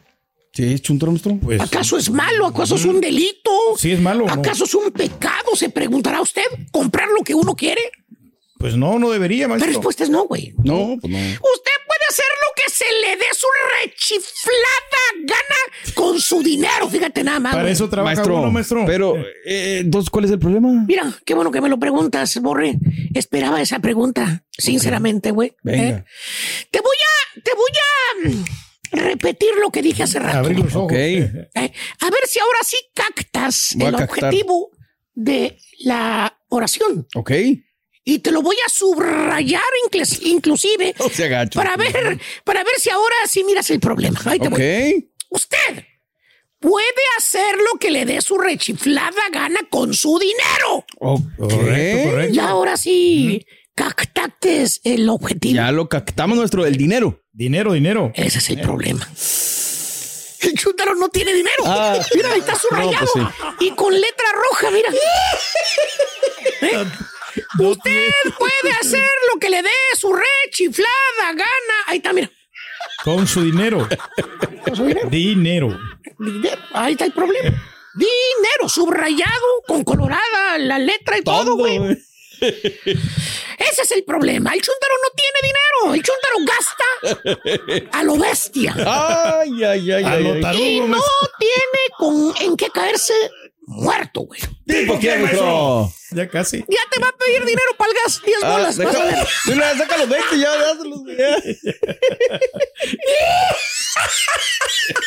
Sí, es un tromstro. Pues,
¿Acaso es malo? ¿Acaso es un delito?
Sí, es malo. ¿no?
¿Acaso es un pecado? Se preguntará usted. ¿Comprar lo que uno quiere?
Pues no, no debería, maestro.
La respuesta es no, güey.
No, pues no.
Usted puede hacer lo que se le dé su rechiflada gana con su dinero, fíjate nada más. güey.
maestro, Pero, eh, entonces, ¿cuál es el problema?
Mira, qué bueno que me lo preguntas, Borre. Esperaba esa pregunta, sinceramente, güey.
Venga.
¿Eh? Te voy a, te voy a mm, repetir lo que dije hace rato.
Abrir los ojos.
Eh, a ver si ahora sí captas
Voy a
el
captar.
objetivo de la oración.
Ok.
Y te lo voy a subrayar incles- inclusive
No se agacho.
para ver, para ver si ahora sí miras el problema. Ahí te voy.
Ok.
Usted puede hacer hacerlo que le dé su rechiflada gana con su dinero.
Correcto,
¿Eh?
correcto.
Y ahora sí, cactates el objetivo.
Ya lo captamos nuestro, el dinero.
Dinero, dinero.
Ese es el problema. El chúntaro no tiene dinero. mira, ahí está
Ah. no,
subrayado.
pues
Y con letra roja, mira. ¿Eh? Usted puede hacer lo que le dé su rechiflada gana. Ahí está, mira.
Con su dinero. dinero.
Dinero. Ahí está el problema. Dinero subrayado con colorada la letra y todo, güey. Ese es el problema. El chúntaro no tiene dinero. El chúntaro gasta a lo bestia.
Ay, ay, ay, ay, ay.
Y no tiene con, en qué caerse muerto, güey.
¿Tipo qué, maestro?
Ya casi.
Ya te va a pedir dinero para el gas. 10
Ah,
bolas.
deja-
vas a ver.
de una vez saca los 20 ya, dáselos, ya.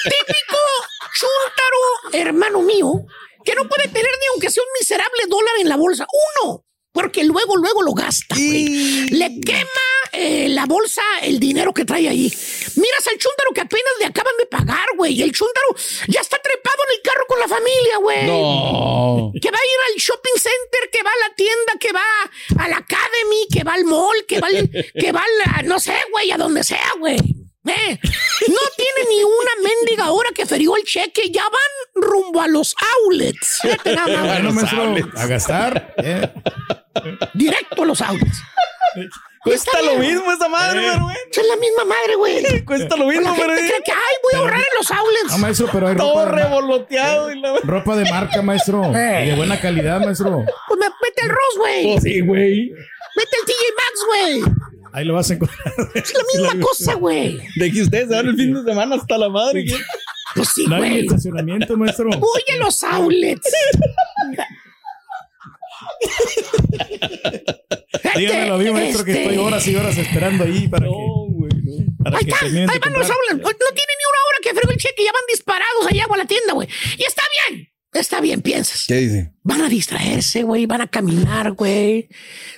Típico chúntaro, hermano mío, que no puede tener ni aunque sea un miserable dólar en la bolsa. Uno, porque luego, luego lo gasta. güey. Le quema eh, la bolsa el dinero que trae ahí. Miras al chúntaro que apenas le acaban de pagar, güey. Y el chúntaro ya está trepado en el carro con la familia, güey.
No.
Que va a ir al shopping center, que va a la tienda, que va a la academy, que va al mall, que va al, que va a la- no sé, güey, a donde sea, güey. Eh, no tiene ni una mendiga hora que ferió el cheque, ya van rumbo a los outlets. Fíjate nada más, güey.
Bueno, maestro, a gastar. eh.
Directo a los outlets. Cuesta
lo mismo esa madre, güey,
güey. Es la misma madre, güey.
Cuesta lo mismo,
la gente
pero-
cree que, ay, voy a ahorrar en los outlets.
No, maestro, pero hay ropa,
Todo
de, ma-
revoloteado. y la-
ropa de marca, maestro.
Eh.
Y de buena calidad, maestro.
Pues me- mete el Ross, güey.
güey.
Mete el TJ Maxx, güey.
Ahí lo vas a encontrar.
Es la misma cosa, güey.
De que ustedes se van el fin de semana hasta la madre. ¿qué?
Pues sí,
No hay
güey.
estacionamiento, maestro.
Voy a los outlets.
Dígame lo mismo, maestro, que
Este-
estoy horas y horas esperando ahí para que. Para
Ahí
que
está, ahí
terminen de
van los
comprar.
outlets. No tiene ni una hora que fregó el cheque, ya van disparados allá a la tienda, güey. Y está bien, está bien, piensas.
¿Qué dice?
Van a distraerse, güey, van a caminar, güey.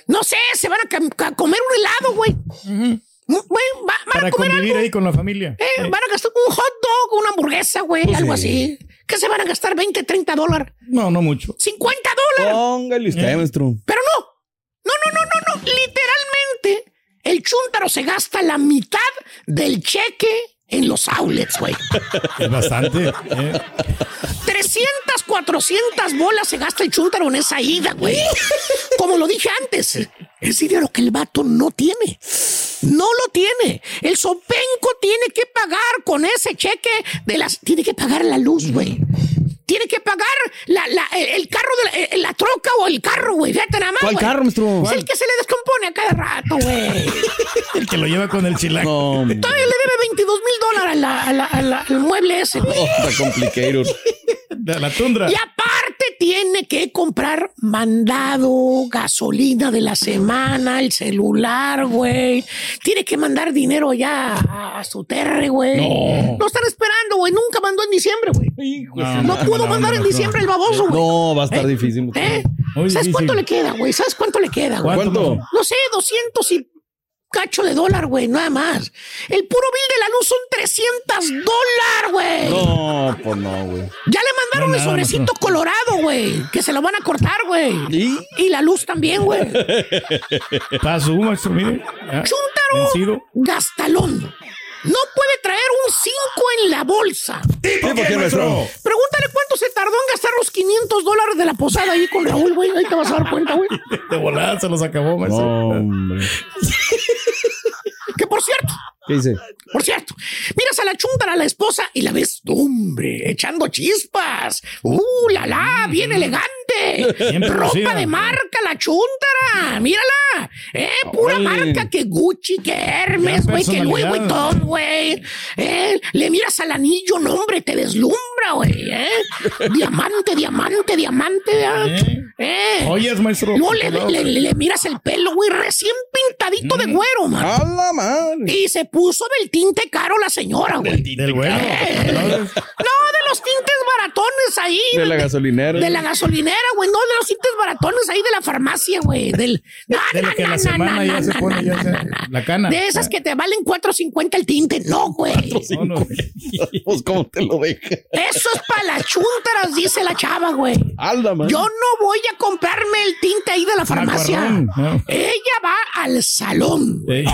No sé, se van a, cam- a comer un helado, güey. Mm, güey, va- van
Para
a comer
convivir
algo.
ahí con la familia.
Eh, Van a gastar un hot dog, una hamburguesa, güey,
Pues
algo
sí.
así. ¿Qué se van a gastar? 20, 30 dólares,
No, no mucho.
50 dólares.
Póngale usted, maestro.
Pero no. No, no, no, no, no. Literalmente, el chúntaro se gasta la mitad del cheque en los outlets, güey.
Es bastante. eh.
300, 400 bolas se gasta el chúntaro en esa ida, güey. Como lo dije antes, es dinero que el vato no tiene. No lo tiene. El sopenco tiene que pagar con ese cheque de las. Tiene que pagar la luz, güey. Tiene que pagar la- la- el, el carro, de la, eh, la troca o el carro, güey. Fíjate nada más.
¿Cuál
güey.
carro, maestro?
Es el que se le descompone a cada rato, güey.
El que lo lleva con el chilango.
Todavía le debe 22 mil dólares a la- a la- a la- al mueble ese, güey.
Está complicated.
De la tundra.
Y aparte tiene que comprar mandado, gasolina de la semana, el celular, güey. Tiene que mandar dinero ya a- a su terre, güey.
No.
Lo están esperando, güey. Nunca mandó en diciembre, güey.
No,
pues, No
no,
pudo
no,
mandar
no,
en
no.
diciembre el baboso, güey.
No, va a estar
¿Eh?
difícil. maestro.
¿Eh?
Muy
¿Sabes cuánto
difícil.
le queda, güey? ¿Sabes cuánto le queda, güey?
¿Cuánto? ¿Cuánto?
No sé, 200 y cacho de dólar, güey, nada más. El puro bill de la luz son 300 dólares, güey.
No, pues no, güey.
Ya le mandaron
No,
el
nada,
sobrecito
maestro.
colorado, güey. Que se lo van a cortar, güey. ¿Y? la luz también, güey.
Para su maestro, mire. ya.
Chúntaro.
Vencido.
Gastalón. No puede traer un 5 en la bolsa.
¿Tipo qué, maestro?
Pregúntale cuánto se tardó en gastar los 500 dólares de la posada ahí con Raúl, güey. Ahí te vas a dar cuenta, güey.
De volada se los acabó, maestro.
hombre.
Que por cierto,
¿Qué dice?
por cierto, miras a la chuntara, a la esposa, y la ves, hombre, echando chispas. ¡Uh, la la! Bien elegante.
Bien
Ropa
producida.
de marca, la chuntara. Mírala. Eh, pura
Órale.
marca que Gucci, que Hermes,
Gran
güey, que Louis
personalidad.
Vuitton, güey. Eh, le miras al anillo, no, hombre, te deslumbra, güey. eh. diamante, diamante, diamante. ¿eh? Eh.
Joyas, maestro.
No, le, le- le- le miras el pelo, güey, recién pintadito
Mm.
de güero, man. Y se puso del tinte caro la señora, güey.
Del bueno.
No, de los tintes baratones ahí.
De la gasolinera.
De la gasolinera, güey. No, de los tintes baratones ahí de la farmacia, güey. Del. No,
De lo que la semana ya se pone ya se- la cana.
De esas que te valen 4.50 el tinte. No, güey.
No, no.
Pues, ¿cómo te lo deja?
Eso es para las chuntaras, dice la chava, güey. Yo no voy a comprarme el tinte ahí de la farmacia.
Macuarrón.
Ella va al salón.
Ey.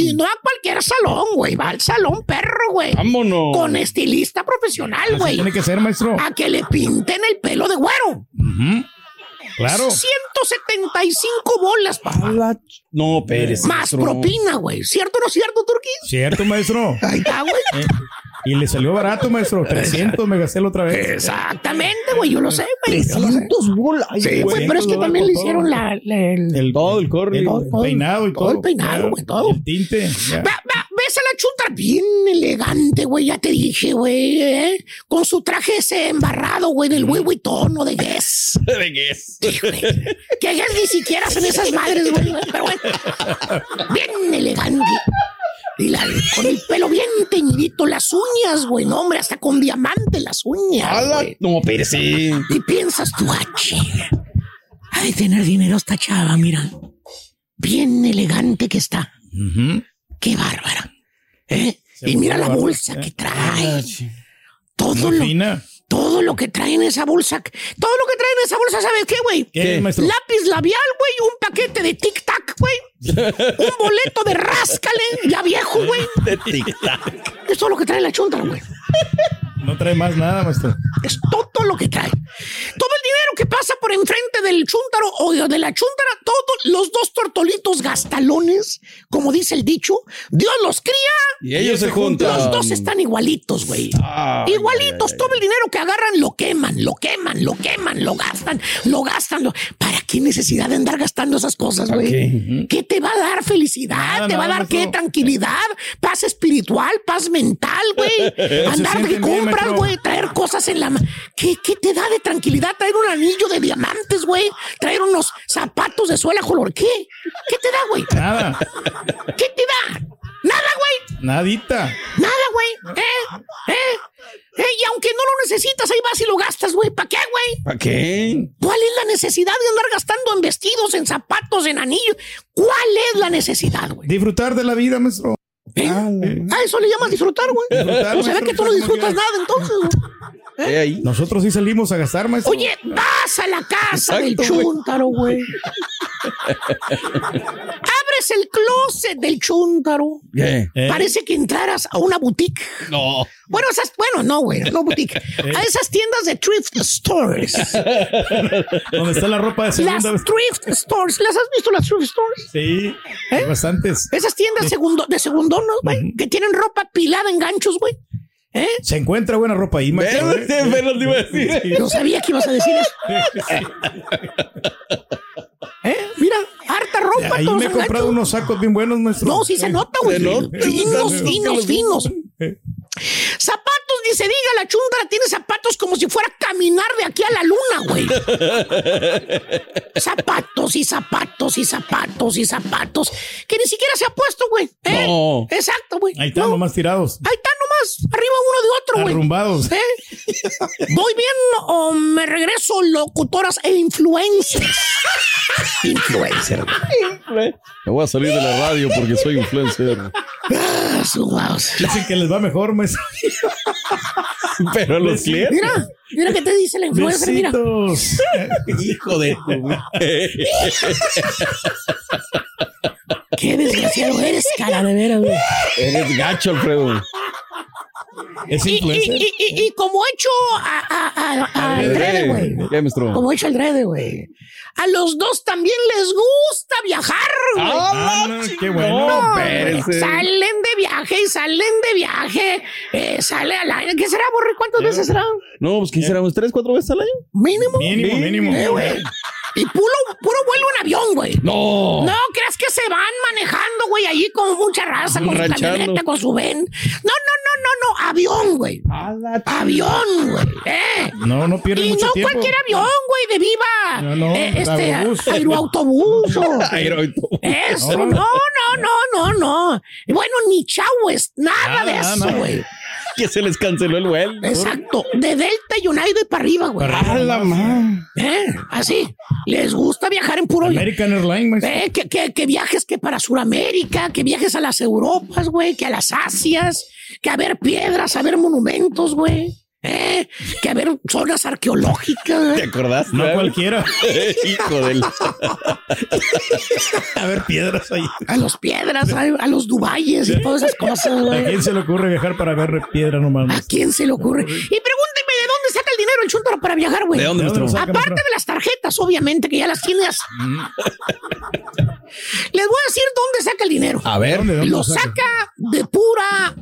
Y no a cualquier salón, güey. Va al salón perro, güey.
Vámonos.
Con estilista profesional,
Así
güey.
tiene que ser, maestro.
A que le pinten el pelo de güero.
Ujú. Claro.
175 bolas, papá.
No, Pérez.
Más propina, güey. ¿Cierto o no cierto, Turquín?
Cierto, maestro. Eh, Y le salió barato, maestro. 300 megacel otra vez.
Exactamente, güey. Yo lo sé, güey. Yo lo sé.
bolas.
Sí, güey, pero es que también le hicieron la, la- el,
todo el corri, el,
todo,
peinado y todo.
todo el peinado, güey, todo.
El tinte. ya.
Va- va- ves a la chuta bien elegante, güey, ya te dije, güey, ¿eh? con su traje ese embarrado, güey, del Louis Vuitton o de Guess.
¿De qué es?
Que Guess ni siquiera hacen esas madres, güey, pero bueno, bien elegante. Y la- con el pelo bien teñidito, las uñas, güey, no, hombre, hasta con diamante las uñas, güey.
No, Pérez, sí.
Y piensas tú, ah, chinga, ha de tener dinero esta chava, mira. Bien elegante que está. Qué bárbara. ¿eh?
Se
Y mira la
volvió bárbara,
bolsa que
Ah,
trae. Todo
Muy
lo,
fina.
todo lo que trae en esa bolsa. Todo lo que trae en esa bolsa, ¿sabes qué, güey?
¿Qué, maestro?
Lápiz labial, güey. Un paquete de tic-tac, güey. un boleto de ráscale, ya viejo, güey.
De tic-tac.
Es todo lo que trae la chonta, güey.
No trae más nada, maestro.
Es todo lo que trae. Todo el dinero que pasa por enfrente del chúntaro o de de la chúntara, todos los dos tortolitos gastalones, como dice el dicho, Dios los cría
Y ellos se juntan.
Los dos están igualitos, güey.
Ay,
igualitos. Todo el dinero que agarran lo queman, lo queman, lo queman, lo gastan, lo gastan. lo- ¿Para qué necesidad de andar gastando esas cosas, güey?
qué?
¿Qué te va a dar felicidad? ¿Te va a
nada,
dar qué?
maestro.
Tranquilidad, paz espiritual, paz mental, güey.
Se
Andar de
sienten bien,
compras,
maestro.
güey, traer cosas en la mano. ¿Qué, qué te da de tranquilidad? Traer un anillo de diamantes, güey. Traer unos zapatos de suela color. ¿Qué? ¿Qué te da, güey?
Nada.
¿Qué te da? Nada, güey.
Nadita.
Nada, güey. ¿Eh? ¿Eh? ¿Eh? Y aunque no lo necesitas, ahí vas y lo gastas, güey. ¿Para qué, güey?
¿Para qué?
¿Cuál es la necesidad de andar gastando en vestidos, en zapatos, en anillos? ¿Cuál es la necesidad, güey?
Disfrutar de la vida, maestro.
A Ah, eso le llamas disfrutar, güey.
Disfrutar,
O sea, ve que tú no disfrutas nada, entonces, güey.
Nosotros sí salimos a gastar, maestro.
Oye, vas a la casa del
Exacto, güey.
chúntaro, güey. Abres el closet del chúntaro.
¿Qué?
¿eh?
Parece que entraras a una boutique.
No.
Bueno, esas, bueno, no, güey, no boutique. A esas tiendas de thrift stores.
Donde está la ropa de
Las
segunda vez.
thrift stores. ¿Las has visto las thrift stores?
Sí,
¿eh?
hay bastantes.
Esas tiendas segundo, de segundonos, güey, que tienen ropa pilada en ganchos, güey. ¿Eh?
Se encuentra buena ropa ahí, maestro.
Ve,
¿eh?
ve, ve, lo que iba a decir.
Sí.
No sabía que ibas a decir eso. ¿Eh? Mira, harta ropa,
Ahí
todos
me he
en
comprado
ganchos.
unos sacos bien buenos, maestro.
No, sí se nota, güey.
Se nota.
Finos,
Sí.
finos, finos. Zapatos, ni se diga, la chuntara tiene zapatos como si fuera a caminar de aquí a la luna, güey. Zapatos y zapatos y zapatos y zapatos. Que ni siquiera se ha puesto, güey. ¿Eh?
No.
Exacto, güey.
Ahí están nomás tirados.
Ahí están nomás, arriba uno de otro, güey.
Arrumbados.
¿Eh? ¿Voy bien o me regreso locutoras e influencers?
Influencer. Me voy a salir de la radio porque soy influencer.
Ah,
Dicen que les va mejor, maestro.
Pero a los clientes.
Mira, mira que te dice la influencer, mira.
Besitos.
Hijo de.
Qué desgraciado eres, cara, de veras, güey.
Eres gacho, Alfredo.
Es
Y, y- y- y como hecho a, a- a- a- al drede, güey.
¿Qué, maestro?
Como hecho al drede, güey. A los dos también les gusta viajar, güey.
Ah, no, qué bueno.
No,
Espérense.
güey. salen de viaje y salen de viaje. Eh, sale al año. ¿Qué será, Borre? ¿Cuántas veces será?
No, pues que hiciéramos tres, cuatro veces al año.
Mínimo.
Mínimo, mínimo.
Eh, güey. Y puro, puro vuelo en avión, güey.
No.
No, creas que se van manejando, güey, allí con mucha raza, con su
Ranchando.
camioneta, con su ven. No, no, no, no, no. Avión, güey. Avión, güey. Eh.
No, no pierden
Y
mucho
no
tiempo.
cualquier avión, güey, de viva.
No, no,
eh, este,
aerobús.
aeroautobús. o-
Aeroautobús.
Eso, no,
No.
no, no, no, no. Bueno, ni chaues, nada,
Nada,
de
nada,
eso,
nada.
güey.
que se les canceló el vuelo.
Exacto, de Delta United para arriba, güey.
Para arriba.
la ¿Eh? Así. Les gusta viajar en puro.
American Airlines,
Eh, que, que- que viajes que para Sudamérica, que viajes a las Europas, güey, que a las Asias, que a ver piedras, a ver monumentos, güey. Eh, que a ver zonas arqueológicas.
¿Te acordás? No
cualquiera.
Hijo del.
A ver, piedras ahí.
A los piedras, a, a los Dubayes y todas esas cosas,
¿A
güey.
quién se le ocurre viajar para ver piedra nomás? ¿A
quién se le ocurre? Y pregúnteme de dónde saca el dinero el Chuntaro para viajar, güey.
¿De dónde, maestro? ¿De dónde lo saca,
Aparte
maestro?
de las tarjetas, obviamente, que ya las tienes. Les voy a decir dónde saca el dinero.
A ver. ¿Dónde, dónde
lo
lo saca?
saca de pura.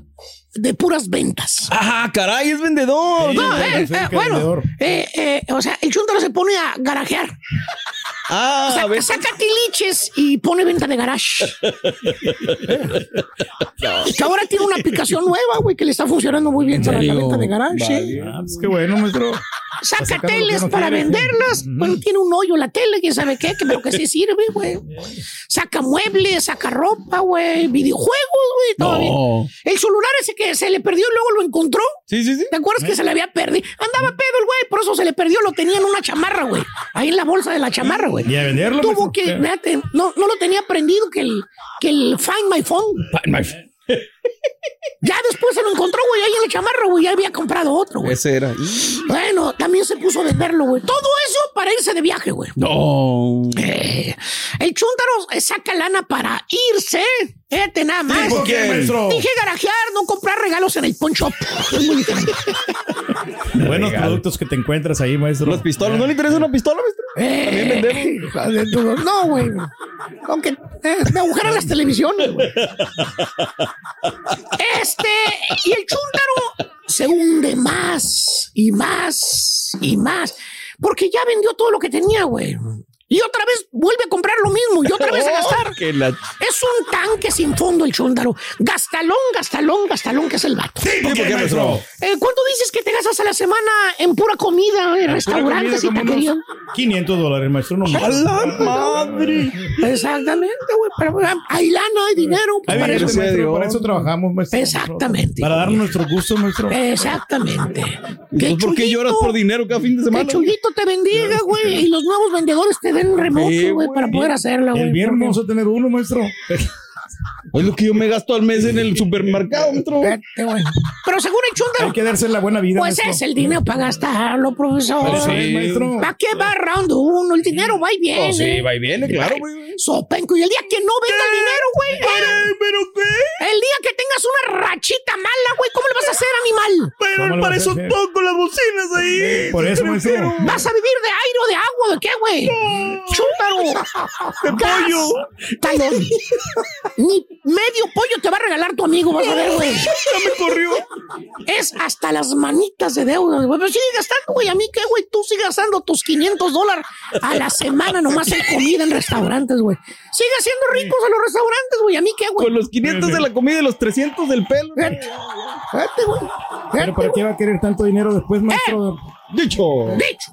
De puras ventas.
Ajá, caray, es vendedor.
No,
Sí,
eh,
sí,
eh,
que
bueno,
vendedor.
eh, eh, o sea, el chuntaro se pone a garajear.
Ah,
o sea, saca tiliches y pone venta de garage. Y que ahora tiene una aplicación nueva, güey, que le está funcionando muy bien para la venta de garage. sí.
Ah, pues qué bueno, maestro.
Saca
Para sacar lo
teles
que no
para
quiere, sí.
venderlas. Bueno, tiene un hoyo la tele, quién sabe qué, que pero que sí sirve, güey. Saca muebles, saca ropa, güey, videojuegos, güey, todo
No.
bien. El celular ese que se le perdió y luego lo encontró.
Sí, sí, sí.
¿Te acuerdas que se le había perdido? Andaba pedo el güey, por eso se le perdió, lo tenía en una chamarra, güey. Ahí en la bolsa de la chamarra, güey.
Y a venderlo,
Tuvo
maestro.
que, fíjate, no, no lo tenía prendido que el, que el Find My Phone. Ya después se lo encontró, güey, ahí en la chamarra, güey, ya había comprado otro, güey.
Ese era.
Bueno, también se puso a venderlo, güey. Todo eso para irse de viaje, güey.
No.
Eh, el chúntaro eh, saca lana para irse. Fíjate nada más.
¿Tipo quién, maestro?
Dije garajear, no comprar regalos en el poncho. Es muy diferente.
Buenos productos que te encuentras ahí, maestro. Los
pistolas. ¿No le interesa una pistola, maestro?
También vendemos. Eh, No, güey. Aunque eh, me agujeran las televisiones, güey. Este, y el chúntaro se hunde más y más y más. Porque ya vendió todo lo que tenía, güey. Y otra vez vuelve a comprar lo mismo y otra vez a gastar.
Oh, Que la
Es un tanque sin fondo el chúndaro. Gastalón, gastalón, gastalón, que es el vato.
¿por qué, maestro?
Eh, ¿Cuánto dices que te gastas a la semana en pura comida, en
Pura
restaurantes
comida
y
como
taquerías?
unos 500 dólares, maestro. No
¡A la madre! Exactamente, güey. Pero ah, hay lana, hay dinero. pues,
Ay,
para
mire,
eso-
maestro, para eso trabajamos, maestro.
Exactamente.
Para dar nuestro gusto, maestro. Pues,
Exactamente.
¿Por qué lloras por dinero cada fin de
Que Chuyito te bendiga, güey. Y los nuevos vendedores te den remoto, güey, para poder hacerla, güey.
El viernes vamos a tener uno, maestro.
Es lo que yo me gasto al mes en el supermercado, maestro.
Pero según el chúndaro.
Hay que darse la buena vida.
Pues
maestro.
es el dinero para gastarlo, profesor.
Pues sí, maestro.
¿Para qué va round uno? El dinero va y viene.
Pues sí, va y viene, claro,
Sopenco, y el día que no venga el dinero, güey.
¿Pero qué?
El día que tengas una rachita mala, güey, ¿cómo le vas a hacer, animal?
¿Cómo le para vas a eso hacer?
toco las bocinas ahí.
Por eso, maestro.
¿Vas a vivir de aire o de agua? ¿De qué, güey? ¡Chúntaro! ¡De pollo! ¡Talón! Ni medio pollo te va a regalar tu amigo, vas a ver, güey. Ya me corrió. Es hasta las manitas de deuda, güey. Pero sigue gastando, güey. ¿A mí qué, güey? Tú sigues gastando tus 500 dólares a la semana nomás en comida en restaurantes, güey. Sigue siendo ricos en los restaurantes, güey. ¿A mí qué, güey?
Con los 500 de la comida y los 300 del pelo.
Fíjate, güey.
Pero ¿para qué va a querer tanto dinero
Eh,
después, maestro?
Dicho.
Dicho.